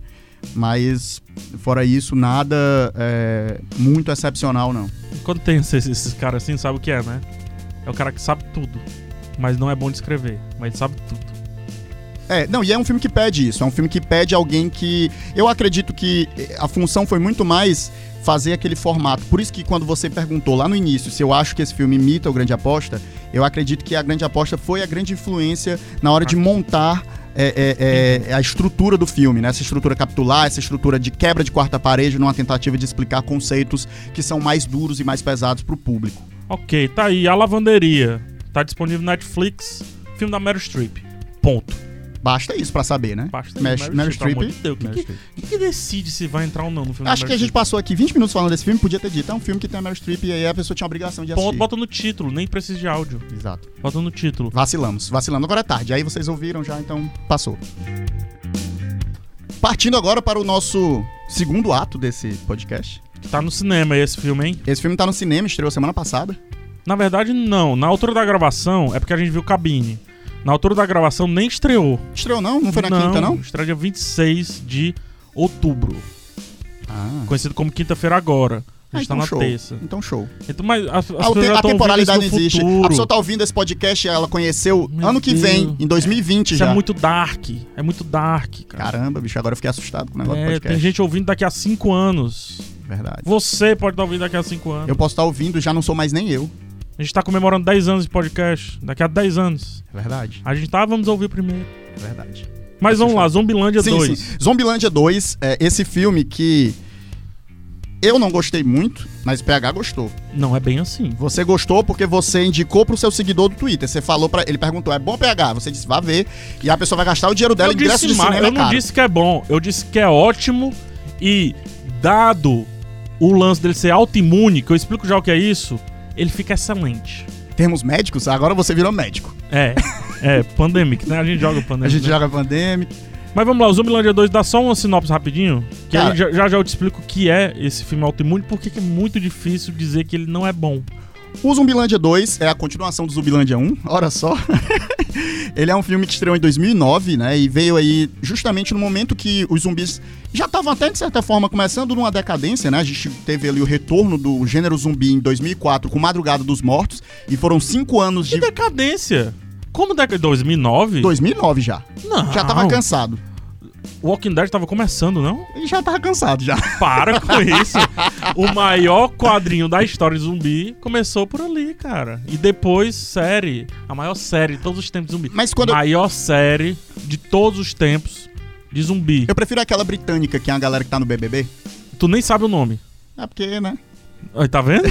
Speaker 1: Mas, fora isso, nada é, muito excepcional, não.
Speaker 2: Quando tem esses, esses caras assim, sabe o que é, né? É o cara que sabe tudo. mas não é bom de escrever. Mas sabe tudo.
Speaker 1: É, não, e é um filme que pede isso. É um filme que pede alguém que. Eu acredito que eh, a função foi muito mais fazer aquele formato. Por isso que quando você perguntou lá no início se eu acho que esse filme imita o Grande Aposta, eu acredito que a Grande Aposta foi a grande influência na hora de montar é, é, é, a estrutura do filme, né? Essa estrutura capitular, essa estrutura de quebra de quarta parede, numa tentativa de explicar conceitos que são mais duros e mais pesados pro público.
Speaker 2: Ok, tá aí. A Lavanderia. Tá disponível no Netflix. Filme da Meryl Streep. Ponto.
Speaker 1: Basta isso pra saber, né?
Speaker 2: Basta.
Speaker 1: Meryl, Meryl Streep. tá
Speaker 2: pelo amor de Deus, quem que, quem que decide se vai entrar ou não no filme da
Speaker 1: Acho que a
Speaker 2: Meryl
Speaker 1: gente passou aqui 20 minutos falando desse filme, podia ter dito. É um filme que tem a Meryl Streep e aí a pessoa tinha a obrigação de
Speaker 2: Streep? Ponto,
Speaker 1: assistir.
Speaker 2: Bota no título, nem precisa de áudio.
Speaker 1: Exato.
Speaker 2: Bota no título.
Speaker 1: Vacilamos, vacilando. Agora é tarde. Aí vocês ouviram já, então passou. Partindo agora para o nosso segundo ato desse podcast.
Speaker 2: Tá no cinema esse filme, hein?
Speaker 1: Esse filme tá no cinema, estreou semana passada.
Speaker 2: Na verdade, não. Na altura da gravação, é porque a gente viu cabine. Na altura da gravação nem estreou.
Speaker 1: Estreou não? Não foi na quinta, não?
Speaker 2: Estreia dia 26 de outubro.
Speaker 1: Ah,
Speaker 2: Conhecido como quinta-feira agora. A
Speaker 1: ah
Speaker 2: gente tá
Speaker 1: então
Speaker 2: na
Speaker 1: show.
Speaker 2: terça.
Speaker 1: Então show.
Speaker 2: Então, mas as, as
Speaker 1: Ah, o
Speaker 2: pessoas
Speaker 1: te-
Speaker 2: já
Speaker 1: a
Speaker 2: tão ouvindo
Speaker 1: temporalidade
Speaker 2: isso no
Speaker 1: existe.
Speaker 2: futuro.
Speaker 1: A pessoa tá ouvindo esse podcast, ela conheceu
Speaker 2: Meu
Speaker 1: ano que
Speaker 2: Deus.
Speaker 1: vem, em 2020
Speaker 2: Isso
Speaker 1: já.
Speaker 2: é muito dark. É muito dark, cara.
Speaker 1: Caramba, bicho, agora eu fiquei assustado com o negócio do
Speaker 2: é, tem
Speaker 1: podcast.
Speaker 2: gente ouvindo daqui a cinco anos.
Speaker 1: Verdade.
Speaker 2: Você pode estar ouvindo daqui a cinco anos.
Speaker 1: Eu posso estar ouvindo, já não sou mais nem eu.
Speaker 2: A gente tá comemorando 10 anos de podcast. Daqui a 10 anos.
Speaker 1: É verdade,
Speaker 2: A gente tá, vamos ouvir primeiro.
Speaker 1: é verdade.
Speaker 2: Mas vamos lá, Zombilândia
Speaker 1: Sim,
Speaker 2: 2.
Speaker 1: sim. Zombilândia 2, é esse filme que eu não gostei muito, mas PH gostou.
Speaker 2: Não é bem assim.
Speaker 1: Você gostou porque você indicou pro seu seguidor do Twitter. Você falou para ele perguntou: "É bom PH?" Você disse: "Vá ver". E a pessoa vai gastar o dinheiro dela
Speaker 2: eu
Speaker 1: em ingresso
Speaker 2: disse
Speaker 1: de
Speaker 2: mais,
Speaker 1: cinema,
Speaker 2: eu não
Speaker 1: cara.
Speaker 2: disse que é bom, eu disse que é ótimo e dado o lance dele ser autoimune, que eu explico já o que é isso, ele fica excelente.
Speaker 1: Termos médicos, agora você virou médico.
Speaker 2: É, é, Pandemic, né? A gente joga Pandemic.
Speaker 1: A gente
Speaker 2: né?
Speaker 1: joga pandêmica.
Speaker 2: Mas vamos lá, o Zumbilândia 2 dá só uma sinopse rapidinho, que
Speaker 1: Cara.
Speaker 2: aí já, já já eu te explico o que é esse filme autoimune, porque que é muito difícil dizer que ele não é bom.
Speaker 1: O Zumbilândia 2 é a continuação do Zumbilândia 1, olha só. Ele é um filme que estreou em 2009, né? E veio aí justamente no momento que os zumbis já estavam até, de certa forma, começando numa decadência, né? A gente teve ali o retorno do gênero zumbi em 2004 com Madrugada dos Mortos. E foram cinco anos
Speaker 2: Que
Speaker 1: de...
Speaker 2: decadência! Como década 2009?
Speaker 1: 2009 já.
Speaker 2: Não.
Speaker 1: Já tava cansado.
Speaker 2: Walking Dead tava começando, não?
Speaker 1: Ele já tava cansado, já.
Speaker 2: Para com isso. O maior quadrinho da história de zumbi começou por ali, cara. E depois, série. A maior série de todos os tempos de zumbi.
Speaker 1: Mas quando eu-
Speaker 2: Maior série de todos os tempos de zumbi.
Speaker 1: Eu prefiro aquela britânica, que é a galera que tá no BBB.
Speaker 2: Tu nem sabe o nome.
Speaker 1: É porque, né?
Speaker 2: Aí, tá vendo?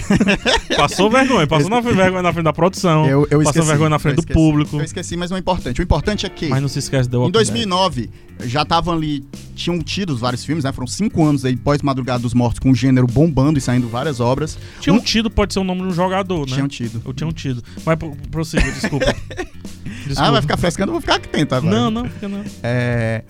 Speaker 2: passou vergonha. Passou na vergonha na frente da produção.
Speaker 1: Eu, eu
Speaker 2: passou
Speaker 1: esqueci.
Speaker 2: vergonha na
Speaker 1: eu
Speaker 2: frente do
Speaker 1: esqueci.
Speaker 2: público.
Speaker 1: Eu esqueci, mas não é importante. O importante é que...
Speaker 2: Mas não se esquece né? da
Speaker 1: Em
Speaker 2: Walking
Speaker 1: 2009, já estavam ali, tinham tido os vários filmes, né? Foram cinco anos aí, pós-Madrugada dos Mortos, com o gênero bombando e saindo várias obras.
Speaker 2: Dead. Tinha um tido, pode ser o nome de um jogador, né?
Speaker 1: Tinham tido.
Speaker 2: Eu tinha um tido. Mas pro- prossiga,
Speaker 1: Ah,
Speaker 2: desculpa.
Speaker 1: vai
Speaker 2: Desculpa.
Speaker 1: ficar frescando, eu vou ficar atento agora.
Speaker 2: Não, não, fica não.
Speaker 1: É...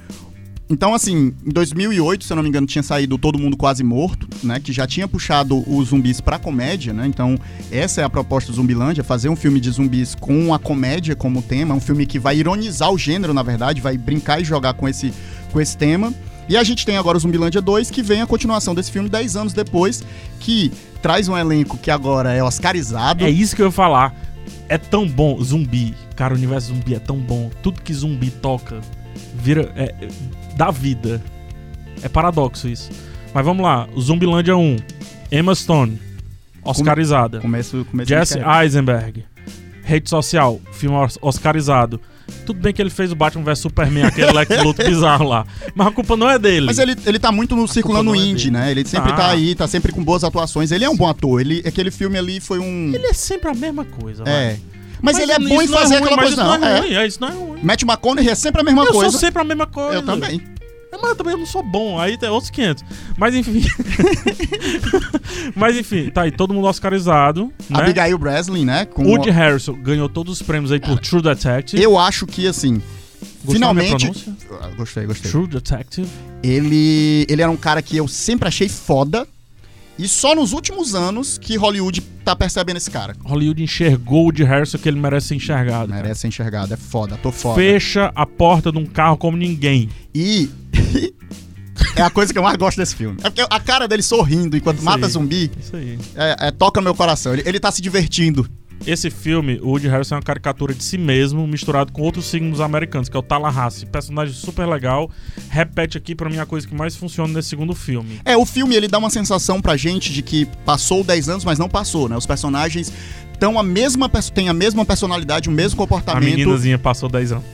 Speaker 1: Então, assim, em 2008, se eu não me engano, tinha saído Todo Mundo Quase Morto, né? Que já tinha puxado os zumbis pra comédia, né? Então, essa é a proposta do Zumbilândia, fazer um filme de zumbis com a comédia como tema. Um filme que vai ironizar o gênero, na verdade, vai brincar e jogar com esse, com esse tema. E a gente tem agora o Zumbilândia 2, que vem a continuação desse filme 10 anos depois, que traz um elenco que agora é oscarizado.
Speaker 2: É isso que eu ia falar. É tão bom, zumbi. Cara, o universo zumbi é tão bom. Tudo que zumbi toca vira. É, é- dá vida. É paradoxo isso. Mas vamos lá. O Zumbilândia 1. Emma Stone. Oscarizada.
Speaker 1: Começo, começo
Speaker 2: Jesse
Speaker 1: É de carreira.
Speaker 2: Eisenberg. Rede social. Filme os- oscarizado. Tudo bem que ele fez o Batman vs Superman, aquele Lex Luthor bizarro lá. Mas a culpa não é dele.
Speaker 1: Mas ele, ele tá muito no circulando
Speaker 2: não é
Speaker 1: indie,
Speaker 2: dele.
Speaker 1: né? Ele sempre
Speaker 2: Tá.
Speaker 1: tá aí, tá sempre com boas atuações. Ele é um bom ator. Ele, aquele filme ali foi um.
Speaker 2: Ele é sempre a mesma coisa. vai.
Speaker 1: É. Mas, ele é
Speaker 2: isso
Speaker 1: bom em
Speaker 2: não
Speaker 1: fazer
Speaker 2: ruim,
Speaker 1: aquela
Speaker 2: mas
Speaker 1: coisa,
Speaker 2: isso
Speaker 1: não.
Speaker 2: não é
Speaker 1: É.
Speaker 2: ruim, é, isso não é ruim.
Speaker 1: Matt McConaughey é sempre a mesma
Speaker 2: Eu
Speaker 1: coisa.
Speaker 2: sou sempre a mesma coisa.
Speaker 1: Eu também.
Speaker 2: É, Mas eu também não sou bom, aí tem outros 500. Mas enfim. Mas enfim, tá aí, todo mundo oscarizado. Né?
Speaker 1: Abigail Breslin, né? Com
Speaker 2: Woody Harrison ganhou todos os prêmios aí por True Detective.
Speaker 1: Eu acho que, assim.
Speaker 2: Gostou da
Speaker 1: finalmente.
Speaker 2: minha pronúncia?
Speaker 1: Ah, Gostei, gostei.
Speaker 2: True Detective.
Speaker 1: Ele, ele era um cara que eu sempre achei foda. E só nos últimos anos que Hollywood tá percebendo esse cara.
Speaker 2: Hollywood enxergou o Woody Harrison que ele merece ser enxergado. cara.
Speaker 1: Merece ser enxergado, é foda, tô foda.
Speaker 2: Fecha a porta de um carro como ninguém.
Speaker 1: E. é a coisa que eu mais gosto desse filme. É porque a cara dele sorrindo enquanto
Speaker 2: Isso
Speaker 1: mata
Speaker 2: aí.
Speaker 1: zumbi
Speaker 2: Isso aí.
Speaker 1: é, é, toca meu coração. Ele, ele tá se divertindo.
Speaker 2: Esse filme, o Woody Harrison é uma caricatura de si mesmo, misturado com outros signos americanos, que é o Tallahassee. Personagem super legal. Repete aqui pra mim a coisa que mais funciona nesse segundo filme.
Speaker 1: É, o filme ele dá uma sensação pra gente de que passou 10 anos, mas não passou, né? Os personagens tão a mesma, perso- têm a mesma personalidade, o mesmo
Speaker 2: A
Speaker 1: comportamento.
Speaker 2: meninazinha passou 10 anos.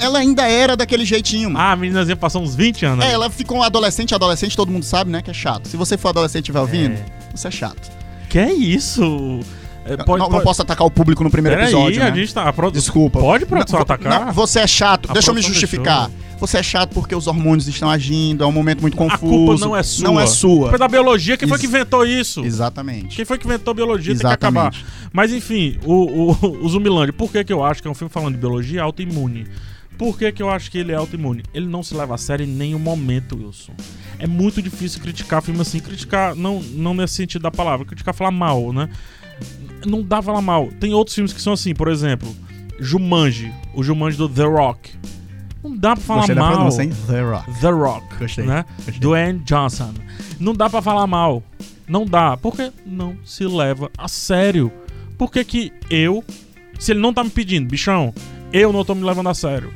Speaker 1: Ela ainda era daquele jeitinho. mano.
Speaker 2: Ah, a meninazinha passou uns 20 anos.
Speaker 1: É, ela ficou um adolescente, adolescente, todo mundo sabe, né? Que é chato. Se você for adolescente e estiver ouvindo, você é chato.
Speaker 2: Que é isso? É,
Speaker 1: Eu não, não posso atacar o público no primeiro
Speaker 2: Peraí,
Speaker 1: episódio. né?
Speaker 2: a gente tá. A produ...
Speaker 1: Desculpa.
Speaker 2: Pode produção
Speaker 1: Não, vo-
Speaker 2: atacar?
Speaker 1: não, você é chato.
Speaker 2: A
Speaker 1: Deixa eu me
Speaker 2: produção
Speaker 1: justificar. Você é chato porque os hormônios estão agindo, é um momento muito confuso.
Speaker 2: a culpa não é sua.
Speaker 1: Não é
Speaker 2: A culpa é
Speaker 1: sua.
Speaker 2: da biologia. Quem foi
Speaker 1: Ex-
Speaker 2: que inventou isso?
Speaker 1: Exatamente.
Speaker 2: Quem foi que inventou a biologia tem
Speaker 1: Exatamente.
Speaker 2: que acabar. Mas enfim, o, o, o Zumilândia, por que, que eu acho que é um filme falando de biologia autoimune? Por que, que eu acho que ele é autoimune? Ele não se leva a sério em nenhum momento, Wilson. É muito difícil criticar filme assim. Criticar, não, não nesse sentido da palavra, criticar é falar mal, né? Não dá falar mal. Tem outros filmes que são assim, por exemplo, Jumanji, o Jumanji do The Rock. Não dá pra falar
Speaker 1: Gostei da
Speaker 2: mal.
Speaker 1: pronúncia, hein? The Rock.
Speaker 2: The Rock,
Speaker 1: Gostei,
Speaker 2: né?
Speaker 1: gostei.
Speaker 2: Dwayne Johnson. Não dá pra falar mal. Não dá, porque não se leva a sério. Por que que eu, se ele não tá me pedindo, bichão, eu não tô me levando a sério.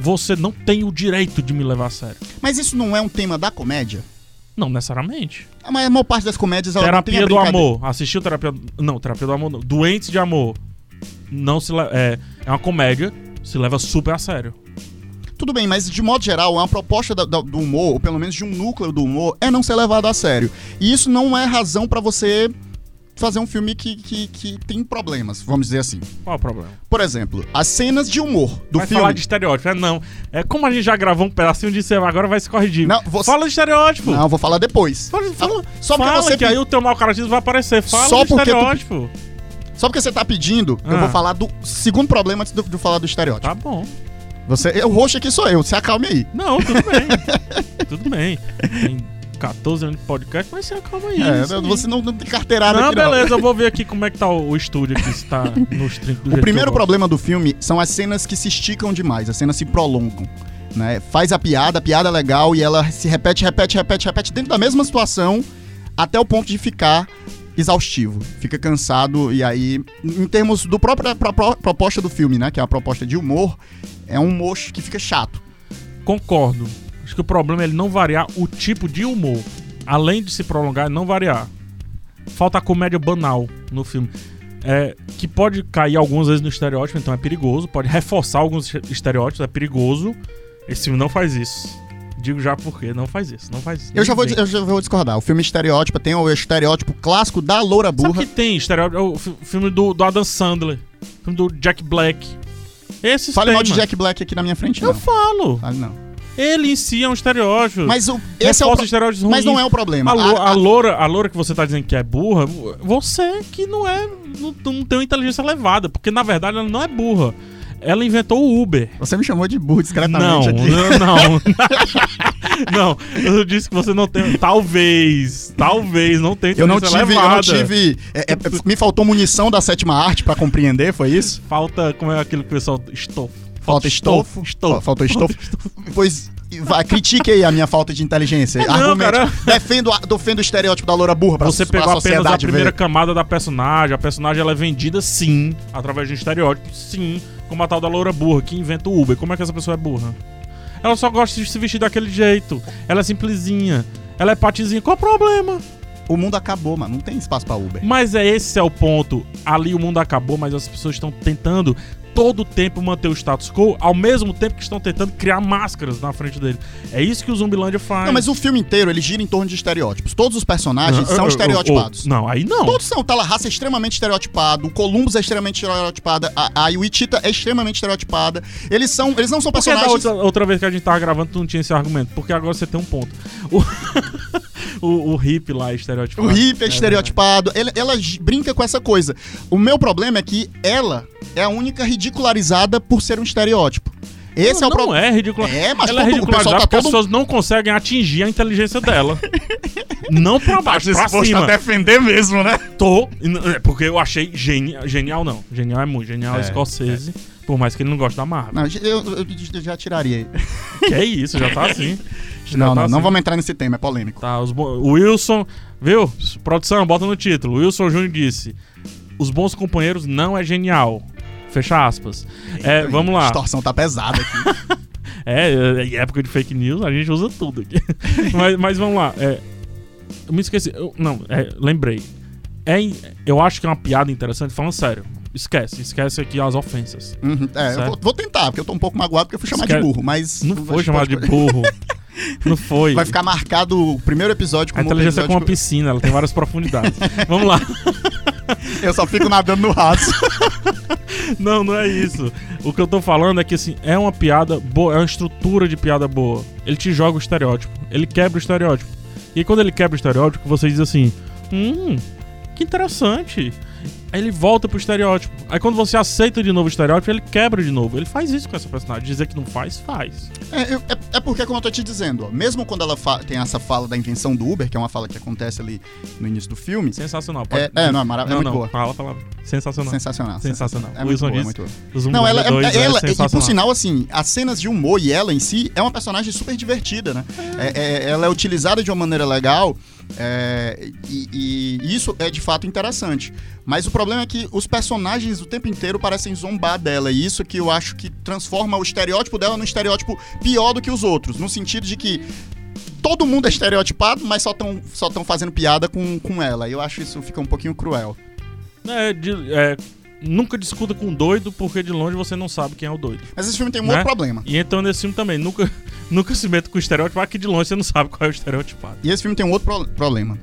Speaker 2: Você não tem o direito de me levar a sério.
Speaker 1: Mas isso não é um tema da comédia?
Speaker 2: Não necessariamente.
Speaker 1: Mas a maior parte das comédias ela Então, não tem a
Speaker 2: terapia do
Speaker 1: brincadeira.
Speaker 2: amor. Assistiu terapia não, terapia do amor, não. doentes de amor. Não se le- é, é uma comédia, se leva super a sério.
Speaker 1: Tudo bem, mas de modo geral, uma proposta da- da- do humor, ou pelo menos de um núcleo do humor, é não ser levado a sério. E isso não é razão pra você fazer um filme que, que, que tem problemas, vamos dizer assim.
Speaker 2: Qual é o problema?
Speaker 1: Por exemplo, as cenas de humor do
Speaker 2: vai
Speaker 1: filme.
Speaker 2: falar de estereótipo. É, não. É, como a gente já gravou um pedacinho disso, agora vai se corrigir.
Speaker 1: Não, você-
Speaker 2: Fala de estereótipo.
Speaker 1: Não, eu vou falar depois.
Speaker 2: Fala, fala,
Speaker 1: Só porque
Speaker 2: fala
Speaker 1: você
Speaker 2: que
Speaker 1: pe-
Speaker 2: aí o teu mau caratismo vai aparecer. Fala
Speaker 1: Só
Speaker 2: de
Speaker 1: porque tu-
Speaker 2: estereótipo.
Speaker 1: Só porque você tá pedindo, eu
Speaker 2: Ah.
Speaker 1: vou falar do segundo problema antes de eu falar do estereótipo.
Speaker 2: Tá bom.
Speaker 1: Você, o roxo aqui sou eu, se acalme aí.
Speaker 2: Não, tudo bem. tudo bem. Tem 14 anos de podcast, mas se acalma aí.
Speaker 1: É,
Speaker 2: isso aí.
Speaker 1: você não, não tem carteirada
Speaker 2: Não,
Speaker 1: aqui, não.
Speaker 2: beleza, eu vou ver aqui como é que tá o o estúdio aqui, se tá nos 30 do jeito
Speaker 1: O
Speaker 2: que
Speaker 1: primeiro
Speaker 2: eu gosto.
Speaker 1: problema do filme são as cenas que se esticam demais, as cenas se prolongam. Né? Faz a piada, a piada é legal e ela se repete, repete, repete, repete dentro da mesma situação até o ponto de ficar exaustivo, fica cansado e aí, em termos do própria pro- pro- proposta do filme, né, que é a proposta de humor, é um humor que fica chato.
Speaker 2: Concordo. Acho que o problema é ele não variar o tipo de humor. Além de se prolongar, é não variar. Falta a comédia banal no filme. É, que pode cair algumas vezes no estereótipo, então é perigoso. Pode reforçar alguns este- estereótipos, é perigoso. Esse filme não faz isso. Digo já porque não faz isso, não faz isso.
Speaker 1: Eu já, vou,
Speaker 2: Ninguém.
Speaker 1: eu já vou discordar. O filme estereótipo tem o estereótipo clássico da loura burra.
Speaker 2: Sabe que tem estereótipo? É O fi- filme do, do Adam Sandler, filme do Jack Black. Esses
Speaker 1: Fale
Speaker 2: tem,
Speaker 1: mal de
Speaker 2: mano.
Speaker 1: Jack Black aqui na minha frente,
Speaker 2: Eu
Speaker 1: não.
Speaker 2: falo.
Speaker 1: Fale não.
Speaker 2: Ele em si é um estereótipo.
Speaker 1: Mas o, esse
Speaker 2: Reforça
Speaker 1: é o pro-
Speaker 2: estereótipos
Speaker 1: Mas
Speaker 2: ruins.
Speaker 1: não é o problema.
Speaker 2: A, lo-
Speaker 1: A-
Speaker 2: a loura, a loura que você tá dizendo que é burra, você que não é. Não, não tem uma inteligência elevada, porque na verdade ela não é burra. Ela inventou o Uber.
Speaker 1: Ah, Você me chamou de burro
Speaker 2: Não,
Speaker 1: discretamente aqui.
Speaker 2: não, não. Não, eu disse que você não tem. Talvez, talvez não tenha
Speaker 1: Eu não
Speaker 2: inteligência
Speaker 1: tive, eu não
Speaker 2: elevada.
Speaker 1: tive. é, é, me faltou munição da sétima arte pra compreender, foi isso?
Speaker 2: Falta, como é aquilo que o pessoal. Estofo.
Speaker 1: Falta estofo. Fa-
Speaker 2: Estofo.
Speaker 1: Falta estofo. Pois vai, critique aí a minha falta de inteligência.
Speaker 2: É não,
Speaker 1: Argumente.
Speaker 2: cara.
Speaker 1: Defendo, a- defendo o estereótipo da loura burra pra,
Speaker 2: Você
Speaker 1: pra
Speaker 2: pegou apenas a
Speaker 1: sociedade
Speaker 2: primeira
Speaker 1: ver.
Speaker 2: camada da personagem. A personagem ela é vendida, sim, através de um estereótipo, sim, como a tal da loura burra que inventa o Uber. Como é que essa pessoa é burra? Ela só gosta de se vestir daquele jeito. Ela é simplesinha. Ela é patizinha. Qual o problema?
Speaker 1: O mundo acabou, mano. Não tem espaço pra Uber.
Speaker 2: Mas é esse é o ponto. Ali o mundo acabou, mas as pessoas estão tentando todo o tempo manter o status quo, ao mesmo tempo que estão tentando criar máscaras na frente dele. É isso que o Zumbilândia faz.
Speaker 1: Não, mas o filme inteiro ele gira em torno de estereótipos. Todos os personagens
Speaker 2: Ah, ah,
Speaker 1: são
Speaker 2: ah, ah,
Speaker 1: estereotipados.
Speaker 2: ah, Não, aí não.
Speaker 1: Todos são. O Tallahassee é extremamente estereotipado, o Columbus é extremamente estereotipada, a, a Wichita é extremamente estereotipada. Eles são, eles não são
Speaker 2: Por que da
Speaker 1: personagens.
Speaker 2: outra, outra vez que a gente tava gravando, tu não tinha esse argumento? Porque agora você tem um ponto. O, o, o hippie lá, estereótipo.
Speaker 1: O hippie é estereotipado, ela, ela j- brinca com essa coisa. O meu problema é que ela é a única ridicularizada por ser um estereótipo. Esse é o
Speaker 2: não
Speaker 1: problema.
Speaker 2: é ridícula.
Speaker 1: É, mas
Speaker 2: Ela é
Speaker 1: todo- o pessoal
Speaker 2: ridicularizada
Speaker 1: tá
Speaker 2: porque as
Speaker 1: todo-
Speaker 2: pessoas não conseguem atingir a inteligência dela. não pra baixo, pra cima.
Speaker 1: defender mesmo, né?
Speaker 2: Tô, é porque eu achei geni- genial, não. Genial é muito. Genial é,
Speaker 1: É,
Speaker 2: Scorsese. Por mais que ele não goste da Marvel.
Speaker 1: Não, eu, eu- eu já tiraria.
Speaker 2: que é isso, já tá assim. Já
Speaker 1: Não,
Speaker 2: tá
Speaker 1: não,
Speaker 2: assim.
Speaker 1: não vamos entrar nesse tema, é polêmico.
Speaker 2: Tá, os bo- o Wilson, viu? Produção, bota no título. Wilson Júnior disse: Os Bons Companheiros não é genial. Fecha aspas. É,
Speaker 1: Eita,
Speaker 2: vamos
Speaker 1: A
Speaker 2: lá.
Speaker 1: distorção tá pesada aqui.
Speaker 2: É, é, em época de fake news, a gente usa tudo aqui. mas, mas vamos lá. é, eu me esqueci. eu- não, é, lembrei. É, em- eu acho que é uma piada interessante, falando sério. Esquece, esquece aqui as ofensas.
Speaker 1: Uhum, é, eu
Speaker 2: Certo.
Speaker 1: vou, vou tentar, porque eu tô um pouco magoado porque eu fui chamar
Speaker 2: Cara,
Speaker 1: de burro, mas.
Speaker 2: Não
Speaker 1: acho
Speaker 2: foi
Speaker 1: que
Speaker 2: chamado de
Speaker 1: pode-
Speaker 2: burro. Não foi.
Speaker 1: Vai ficar marcado o primeiro episódio
Speaker 2: A
Speaker 1: como o
Speaker 2: inteligência é
Speaker 1: episódio
Speaker 2: como uma piscina, ela tem várias profundidades. Vamos lá.
Speaker 1: que Eu só fico nadando no raso.
Speaker 2: Não, não é isso. O que eu tô falando é que, assim, é uma piada boa, é uma estrutura de piada boa. Ele te joga o estereótipo, ele quebra o estereótipo. E quando ele quebra o estereótipo, você diz assim: hum, que interessante. Aí ele volta pro estereótipo. Aí quando você aceita de novo o estereótipo, ele quebra de novo. Ele faz isso com essa personagem. Dizer que não faz, faz.
Speaker 1: É, eu- é- é porque, como eu tô te dizendo, ó, mesmo quando ela fa- tem essa fala da invenção do Uber, que é uma fala que acontece ali no início do filme.
Speaker 2: Sensacional. Pode-
Speaker 1: É, é, não, é, mara- é
Speaker 2: não,
Speaker 1: muito
Speaker 2: não.
Speaker 1: boa.
Speaker 2: Fala, fala. Sensacional.
Speaker 1: Sensacional.
Speaker 2: Sensacional.
Speaker 1: É muito
Speaker 2: Wilson
Speaker 1: boa, é
Speaker 2: diz.
Speaker 1: muito boa.
Speaker 2: Os
Speaker 1: Não, ela, é-
Speaker 2: Vingadores
Speaker 1: é- ela- e por
Speaker 2: sensacional.
Speaker 1: sinal, assim, as cenas de humor e ela em si é uma personagem super divertida, né? É- é- ela é utilizada de uma maneira legal é, e, e isso é de fato interessante. Mas o problema é que os personagens o tempo inteiro parecem zombar dela e isso que eu acho que transforma o estereótipo dela num estereótipo pior do que os outros, no sentido de que todo mundo é estereotipado, mas só estão só tão fazendo piada com, com ela. E eu acho isso fica um pouquinho cruel.
Speaker 2: É, de- é, nunca discuta com um doido, porque de longe você não sabe quem é o doido.
Speaker 1: Mas esse filme tem um
Speaker 2: Né?
Speaker 1: outro problema.
Speaker 2: E então nesse filme também, nunca, nunca se meta com o estereótipo, aqui de longe você não sabe qual é o estereotipado.
Speaker 1: E esse filme tem um outro pro- problema.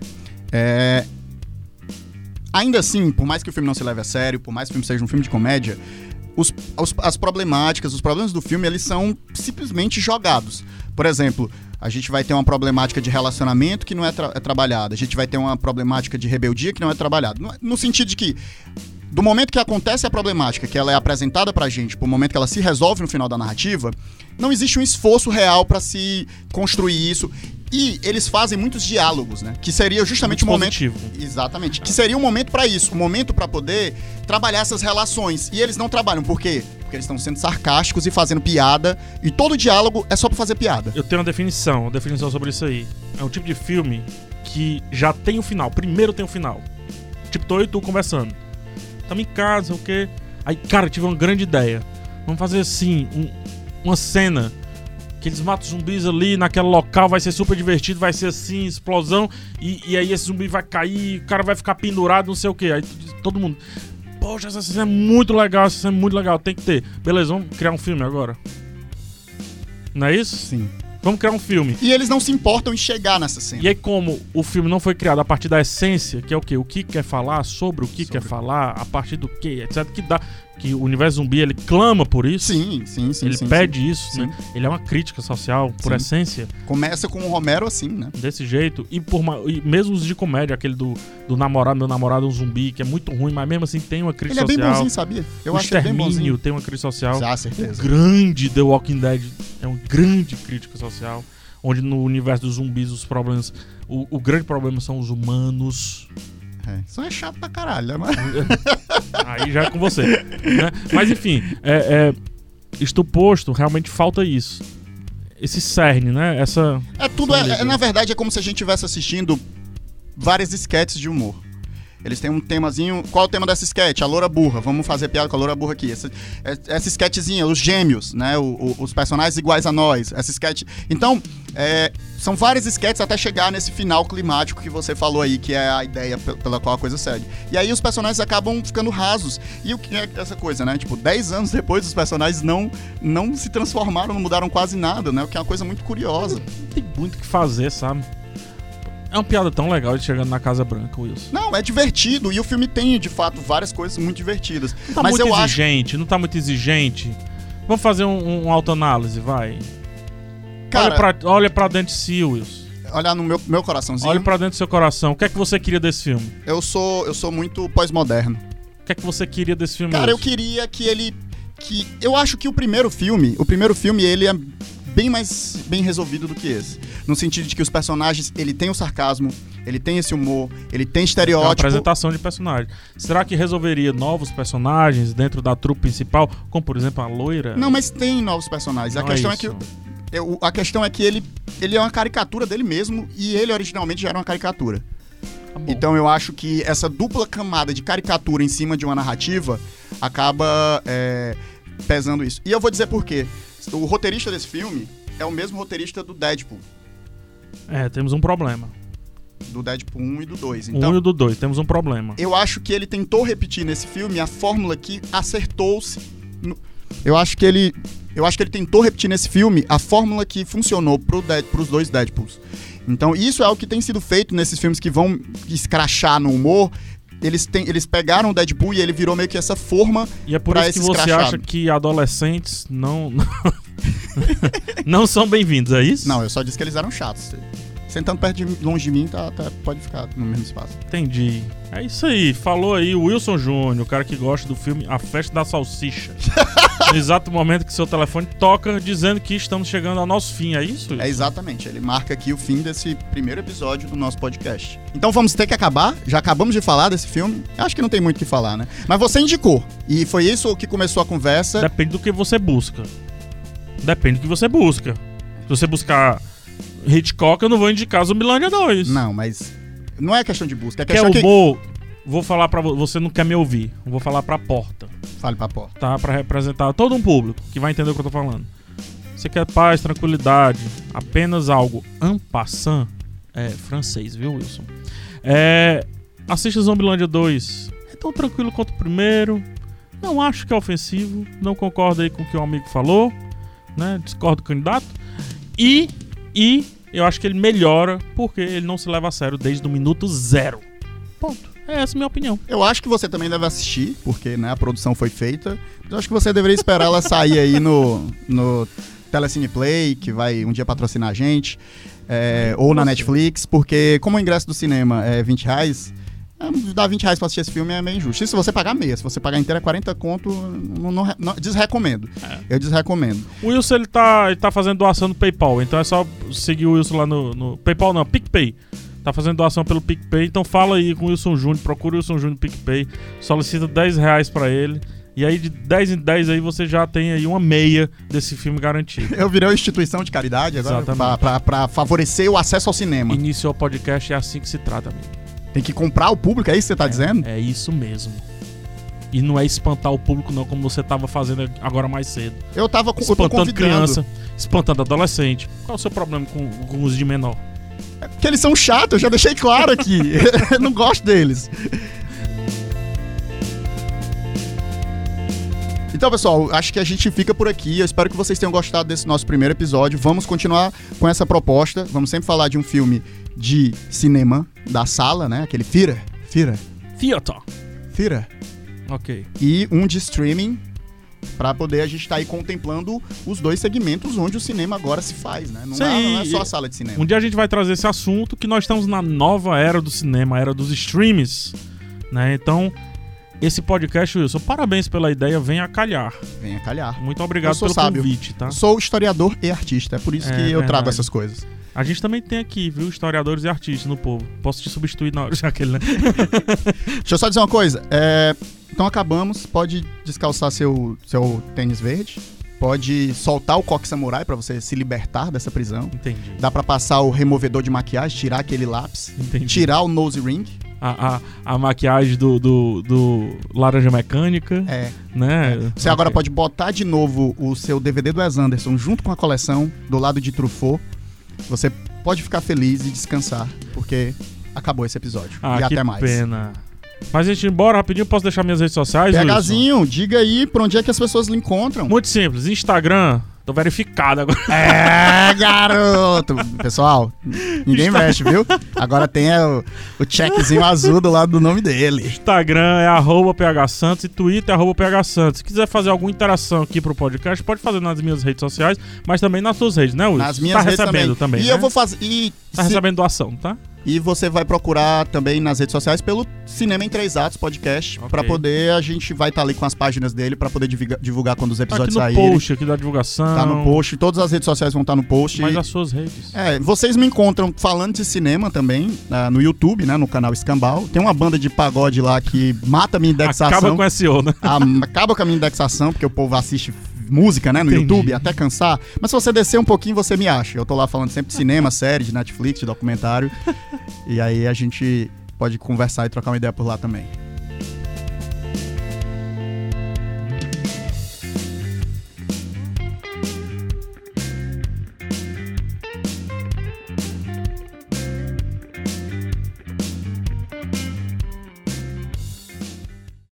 Speaker 1: É, Ainda assim, por mais que o filme não se leve a sério, por mais que o filme seja um filme de comédia, os- os- as problemáticas, os problemas do filme, eles são simplesmente jogados. Por exemplo, a gente vai ter uma problemática de relacionamento que não é, tra- é trabalhada, a gente vai ter uma problemática de rebeldia que não é trabalhada. No, no sentido de que, do momento que acontece a problemática, que ela é apresentada pra gente, pro momento que ela se resolve no final da narrativa, não existe um esforço real pra se construir isso. E eles fazem muitos diálogos, né? Que seria justamente o
Speaker 2: Muito
Speaker 1: momento.
Speaker 2: positivo.
Speaker 1: Exatamente. Que seria um momento pra isso, um momento pra poder trabalhar essas relações. E eles não trabalham, por quê? Porque eles estão sendo sarcásticos e fazendo piada, e todo diálogo é só pra fazer piada.
Speaker 2: Eu tenho uma definição, uma definição sobre isso aí. É um tipo de filme que já tem o final, primeiro tem o final. Tipo, tô eu e tu conversando. Tamo em casa, o quê? Aí, cara, eu tive uma grande ideia. Vamos fazer assim, um- uma cena que eles matam zumbis ali naquele local, vai ser super divertido, vai ser assim, explosão, e, e aí esse zumbi vai cair, o cara vai ficar pendurado, não sei o que. Aí tu diz- todo mundo. Poxa, essa cena é muito legal, essa cena é muito legal, tem que ter. Beleza, vamos criar um filme agora. Não é isso?
Speaker 1: Sim.
Speaker 2: Vamos criar um filme.
Speaker 1: E eles não se importam em chegar nessa cena.
Speaker 2: E é aí, como o filme não foi criado a partir da essência, que é o quê? O que quer falar, sobre o que quer falar, a partir do que, etc. Que dá. Que o universo zumbi ele clama por isso.
Speaker 1: Sim, sim, sim.
Speaker 2: ele
Speaker 1: sim,
Speaker 2: pede isso,
Speaker 1: Sim.
Speaker 2: né? Ele é uma crítica social, por
Speaker 1: Sim.
Speaker 2: essência,
Speaker 1: sim. Começa com o Romero assim, né?
Speaker 2: desse jeito. E, por ma- e mesmo os de comédia, aquele do, do namorado, meu namorado é um zumbi, que é muito ruim, mas mesmo assim tem uma
Speaker 1: Ele
Speaker 2: crítica
Speaker 1: é bem
Speaker 2: social.
Speaker 1: bonzinho, sabia? Eu
Speaker 2: o
Speaker 1: acho ele é bem bonzinho.
Speaker 2: extermínio tem uma crítica social.
Speaker 1: Ah,
Speaker 2: O
Speaker 1: certeza.
Speaker 2: grande The Walking Dead é uma grande crítica social, onde no universo dos zumbis os problemas, o, o grande problema são os humanos.
Speaker 1: É. Só é chato pra caralho, né? Mas-
Speaker 2: Aí já é com você. né? Mas enfim, é, é, isto posto, realmente falta isso. Esse cerne, né? Essa
Speaker 1: É tudo, é,
Speaker 2: Sim,
Speaker 1: é- na verdade, é como se a gente estivesse assistindo várias esquetes de humor. Eles têm um temazinho. Qual é o tema dessa esquete? A loura burra. Vamos fazer piada com a loura burra aqui. Essa, é- essa esquetezinha, os gêmeos, né? O- o- os personagens iguais a nós. Essa esquete. Então, é, são várias esquetes até chegar nesse final climático que você falou aí, que é a ideia pe- pela qual a coisa segue. E aí os personagens acabam ficando rasos. E o que é essa coisa, né? Tipo, 10 anos depois, os personagens não, não se transformaram, não mudaram quase nada, né? O que é uma coisa muito curiosa.
Speaker 2: não tem muito o que fazer, sabe? É uma piada tão legal ele chegando na Casa Branca, Wilson.
Speaker 1: Não, é divertido. E o filme tem, de fato, várias coisas muito divertidas.
Speaker 2: Não tá
Speaker 1: Mas
Speaker 2: muito
Speaker 1: eu acho.
Speaker 2: exigente, não tá muito exigente. Vamos fazer um, um autoanálise, vai.
Speaker 1: Cara,
Speaker 2: olha, pra, olha pra dentro de si, Wilson.
Speaker 1: olha no meu, meu coraçãozinho.
Speaker 2: Olhe pra dentro do seu coração. O que é que você queria desse filme?
Speaker 1: Eu sou eu sou muito pós-moderno.
Speaker 2: O que é que você queria desse filme?
Speaker 1: Cara, eu
Speaker 2: hoje?
Speaker 1: queria que ele. que Eu acho que o primeiro filme. O primeiro filme, ele é bem mais bem resolvido do que esse. No sentido de que os personagens, ele tem o sarcasmo, ele tem esse humor, ele tem
Speaker 2: É uma
Speaker 1: estereótipo.
Speaker 2: apresentação de personagem. Será que resolveria novos personagens dentro da trupe principal? Como, por exemplo, a loira?
Speaker 1: Não, mas tem novos personagens. a
Speaker 2: Não
Speaker 1: questão é,
Speaker 2: isso.
Speaker 1: que. eu- a questão é que ele, ele é uma caricatura dele mesmo e ele originalmente já era uma caricatura.
Speaker 2: Tá bom.
Speaker 1: Então eu acho que essa dupla camada de caricatura em cima de uma narrativa acaba é, pesando isso. E eu vou dizer por quê. O roteirista desse filme é o mesmo roteirista do Deadpool.
Speaker 2: É, temos um problema.
Speaker 1: Do Deadpool 1 e do 2.
Speaker 2: o
Speaker 1: Então,
Speaker 2: 1 e o do 2, temos um problema.
Speaker 1: eu acho que ele tentou repetir nesse filme a fórmula que acertou-se. no- Eu acho que ele. Eu acho que ele tentou repetir nesse filme a fórmula que funcionou pro Dead, pros dois Deadpools. Então, isso é o que tem sido feito nesses filmes que vão escrachar no humor. Eles, têm, eles pegaram o Deadpool e ele virou meio que essa forma.
Speaker 2: E é por
Speaker 1: pra
Speaker 2: isso que
Speaker 1: esse
Speaker 2: você
Speaker 1: escrachado.
Speaker 2: acha que adolescentes não. não são bem-vindos, é isso?
Speaker 1: Não, eu só disse que eles eram chatos. Sentando perto de longe de mim, tá, tá- pode ficar no mesmo espaço.
Speaker 2: Entendi. É isso aí. Falou aí o Wilson Júnior, o cara que gosta do filme A Festa da Salsicha. no exato momento que seu telefone toca, dizendo que estamos chegando ao nosso fim, é isso?
Speaker 1: É exatamente, ele marca aqui o fim desse primeiro episódio do nosso podcast. Então vamos ter que acabar, já acabamos de falar desse filme. Acho que não tem muito o que falar, né? Mas você indicou, e foi isso que começou a conversa.
Speaker 2: Depende do que você busca. Depende do que você busca. Se você buscar Hitchcock, eu não vou indicar Zumbilândia 2.
Speaker 1: Não, mas não é questão de busca, é
Speaker 2: Quer
Speaker 1: questão que...
Speaker 2: humor? Vou falar pra vo- você, não quer me ouvir. Eu Vou falar pra porta.
Speaker 1: Fale pra porta.
Speaker 2: tá? Pra representar todo um público que vai entender o que eu tô falando. Você quer paz, tranquilidade, apenas algo en passant, é francês, viu, Wilson? É, assista Zombilândia 2. É tão tranquilo quanto o primeiro. Não acho que é ofensivo. Não concordo aí com o que o amigo falou. Né? Discordo do candidato. E, e eu acho que ele melhora porque ele não se leva a sério desde o minuto zero. Ponto. É essa a minha opinião.
Speaker 1: Eu acho que você também deve assistir, porque né, a produção foi feita. Mas eu acho que você deveria esperar ela sair aí no, no Telecine Play, que vai um dia patrocinar a gente. é, ou na Netflix, porque como o ingresso do cinema é 20 reais, é, dar 20 reais pra assistir esse filme é meio injusto. E se você pagar meia, se você pagar inteira 40 conto, não, não- não- desrecomendo.
Speaker 2: É.
Speaker 1: Eu desrecomendo.
Speaker 2: O Wilson ele tá, ele tá fazendo doação no PayPal, então é só seguir o Wilson lá no. no- PayPal não, PicPay. Tá fazendo doação pelo PicPay, então fala aí com o Wilson Júnior, procura o Wilson Júnior no PicPay, solicita 10 reais pra ele. E aí de 10 em 10 aí você já tem aí uma meia desse filme garantido.
Speaker 1: Eu virei uma instituição de caridade agora
Speaker 2: Exatamente.
Speaker 1: pra, pra- pra favorecer o acesso ao cinema.
Speaker 2: Iniciou o podcast, é assim que se trata, amigo.
Speaker 1: Tem que comprar o público, é isso que você tá dizendo?
Speaker 2: É isso mesmo. E não é espantar o público, não, como você tava fazendo agora mais cedo.
Speaker 1: Eu tava com, eu tô
Speaker 2: Espantando
Speaker 1: convidando.
Speaker 2: criança, espantando adolescente. Qual é o seu problema com, com os de menor?
Speaker 1: Porque eles são chatos, eu já deixei claro aqui. Eu não gosto deles. Então, pessoal, acho que a gente fica por aqui. Eu espero que vocês tenham gostado desse nosso primeiro episódio. Vamos continuar com essa proposta. Vamos sempre falar de um filme de cinema da sala, né? Aquele Fira, Fira,
Speaker 2: Theater.
Speaker 1: Fira.
Speaker 2: Ok.
Speaker 1: E um de streaming pra poder a gente estar aí contemplando os dois segmentos onde o cinema agora se faz, né? Não,
Speaker 2: Sim,
Speaker 1: dá- não é
Speaker 2: e-
Speaker 1: só a sala de cinema.
Speaker 2: Um dia a gente vai trazer esse assunto que nós estamos na nova era do cinema, a era dos streams, né? Então, esse podcast, Wilson, parabéns pela ideia, venha a calhar.
Speaker 1: Venha calhar.
Speaker 2: Muito
Speaker 1: Eu
Speaker 2: obrigado
Speaker 1: sou
Speaker 2: pelo
Speaker 1: sábio.
Speaker 2: convite, tá?
Speaker 1: Sou historiador e artista, é por isso
Speaker 2: É,
Speaker 1: que eu
Speaker 2: verdade.
Speaker 1: trago essas coisas.
Speaker 2: A gente também tem aqui, viu, historiadores e artistas no povo. Posso te substituir na hora, já aquele, né?
Speaker 1: Deixa eu só dizer uma coisa. é, então acabamos, pode descalçar seu, seu tênis verde, pode soltar o coque samurai pra você se libertar dessa prisão.
Speaker 2: Entendi.
Speaker 1: Dá pra passar o removedor de maquiagem, tirar aquele lápis,
Speaker 2: Entendi.
Speaker 1: tirar o nose ring.
Speaker 2: A, a, a maquiagem do, do, do Laranja Mecânica,
Speaker 1: É,
Speaker 2: né?
Speaker 1: Você agora pode botar de novo o seu DVD do Wes Anderson junto com a coleção do lado de Truffaut. Você pode ficar feliz e descansar, porque acabou esse episódio.
Speaker 2: Ah,
Speaker 1: e
Speaker 2: que
Speaker 1: até mais.
Speaker 2: pena. Mas a gente ir embora rapidinho, posso deixar minhas redes sociais, Wilson?
Speaker 1: PHzinho, diga aí pra onde é que as pessoas lhe encontram.
Speaker 2: Muito simples, Instagram, tô verificado agora.
Speaker 1: É, garoto! Pessoal, ninguém mexe, viu? Agora tem é, o, o checkzinho azul do lado do nome dele.
Speaker 2: Instagram é arroba phsantos e Twitter é arroba phsantos. Se quiser fazer alguma interação aqui pro podcast, pode fazer nas minhas redes sociais, mas também nas suas redes, né, Wilson?
Speaker 1: Nas minhas
Speaker 2: tá
Speaker 1: redes
Speaker 2: recebendo
Speaker 1: também.
Speaker 2: também,
Speaker 1: E
Speaker 2: né?
Speaker 1: eu vou fazer. E,
Speaker 2: Tá
Speaker 1: se-
Speaker 2: recebendo doação, tá?
Speaker 1: e você vai procurar também nas redes sociais pelo Cinema em Três Atos Podcast.
Speaker 2: Ok.
Speaker 1: Pra poder. A gente vai estar ali com as páginas dele pra poder divulga- divulgar quando os
Speaker 2: Tá aqui
Speaker 1: episódios
Speaker 2: no
Speaker 1: saírem.
Speaker 2: post, aqui da divulgação.
Speaker 1: Tá no post. Todas as redes sociais vão estar no post.
Speaker 2: Mas as suas redes.
Speaker 1: É, vocês me encontram falando de cinema também, ah, no YouTube, né, no canal Escambau. Tem uma banda de pagode lá que mata a minha indexação.
Speaker 2: Acaba com SEO, né?
Speaker 1: Ah, acaba com a minha indexação, porque o povo assiste música, né, no
Speaker 2: Entendi.
Speaker 1: YouTube, até cansar. Mas se você descer um pouquinho, você me acha. Eu tô lá falando sempre de cinema, série, de Netflix, de documentário. E aí a gente pode conversar e trocar uma ideia por lá também.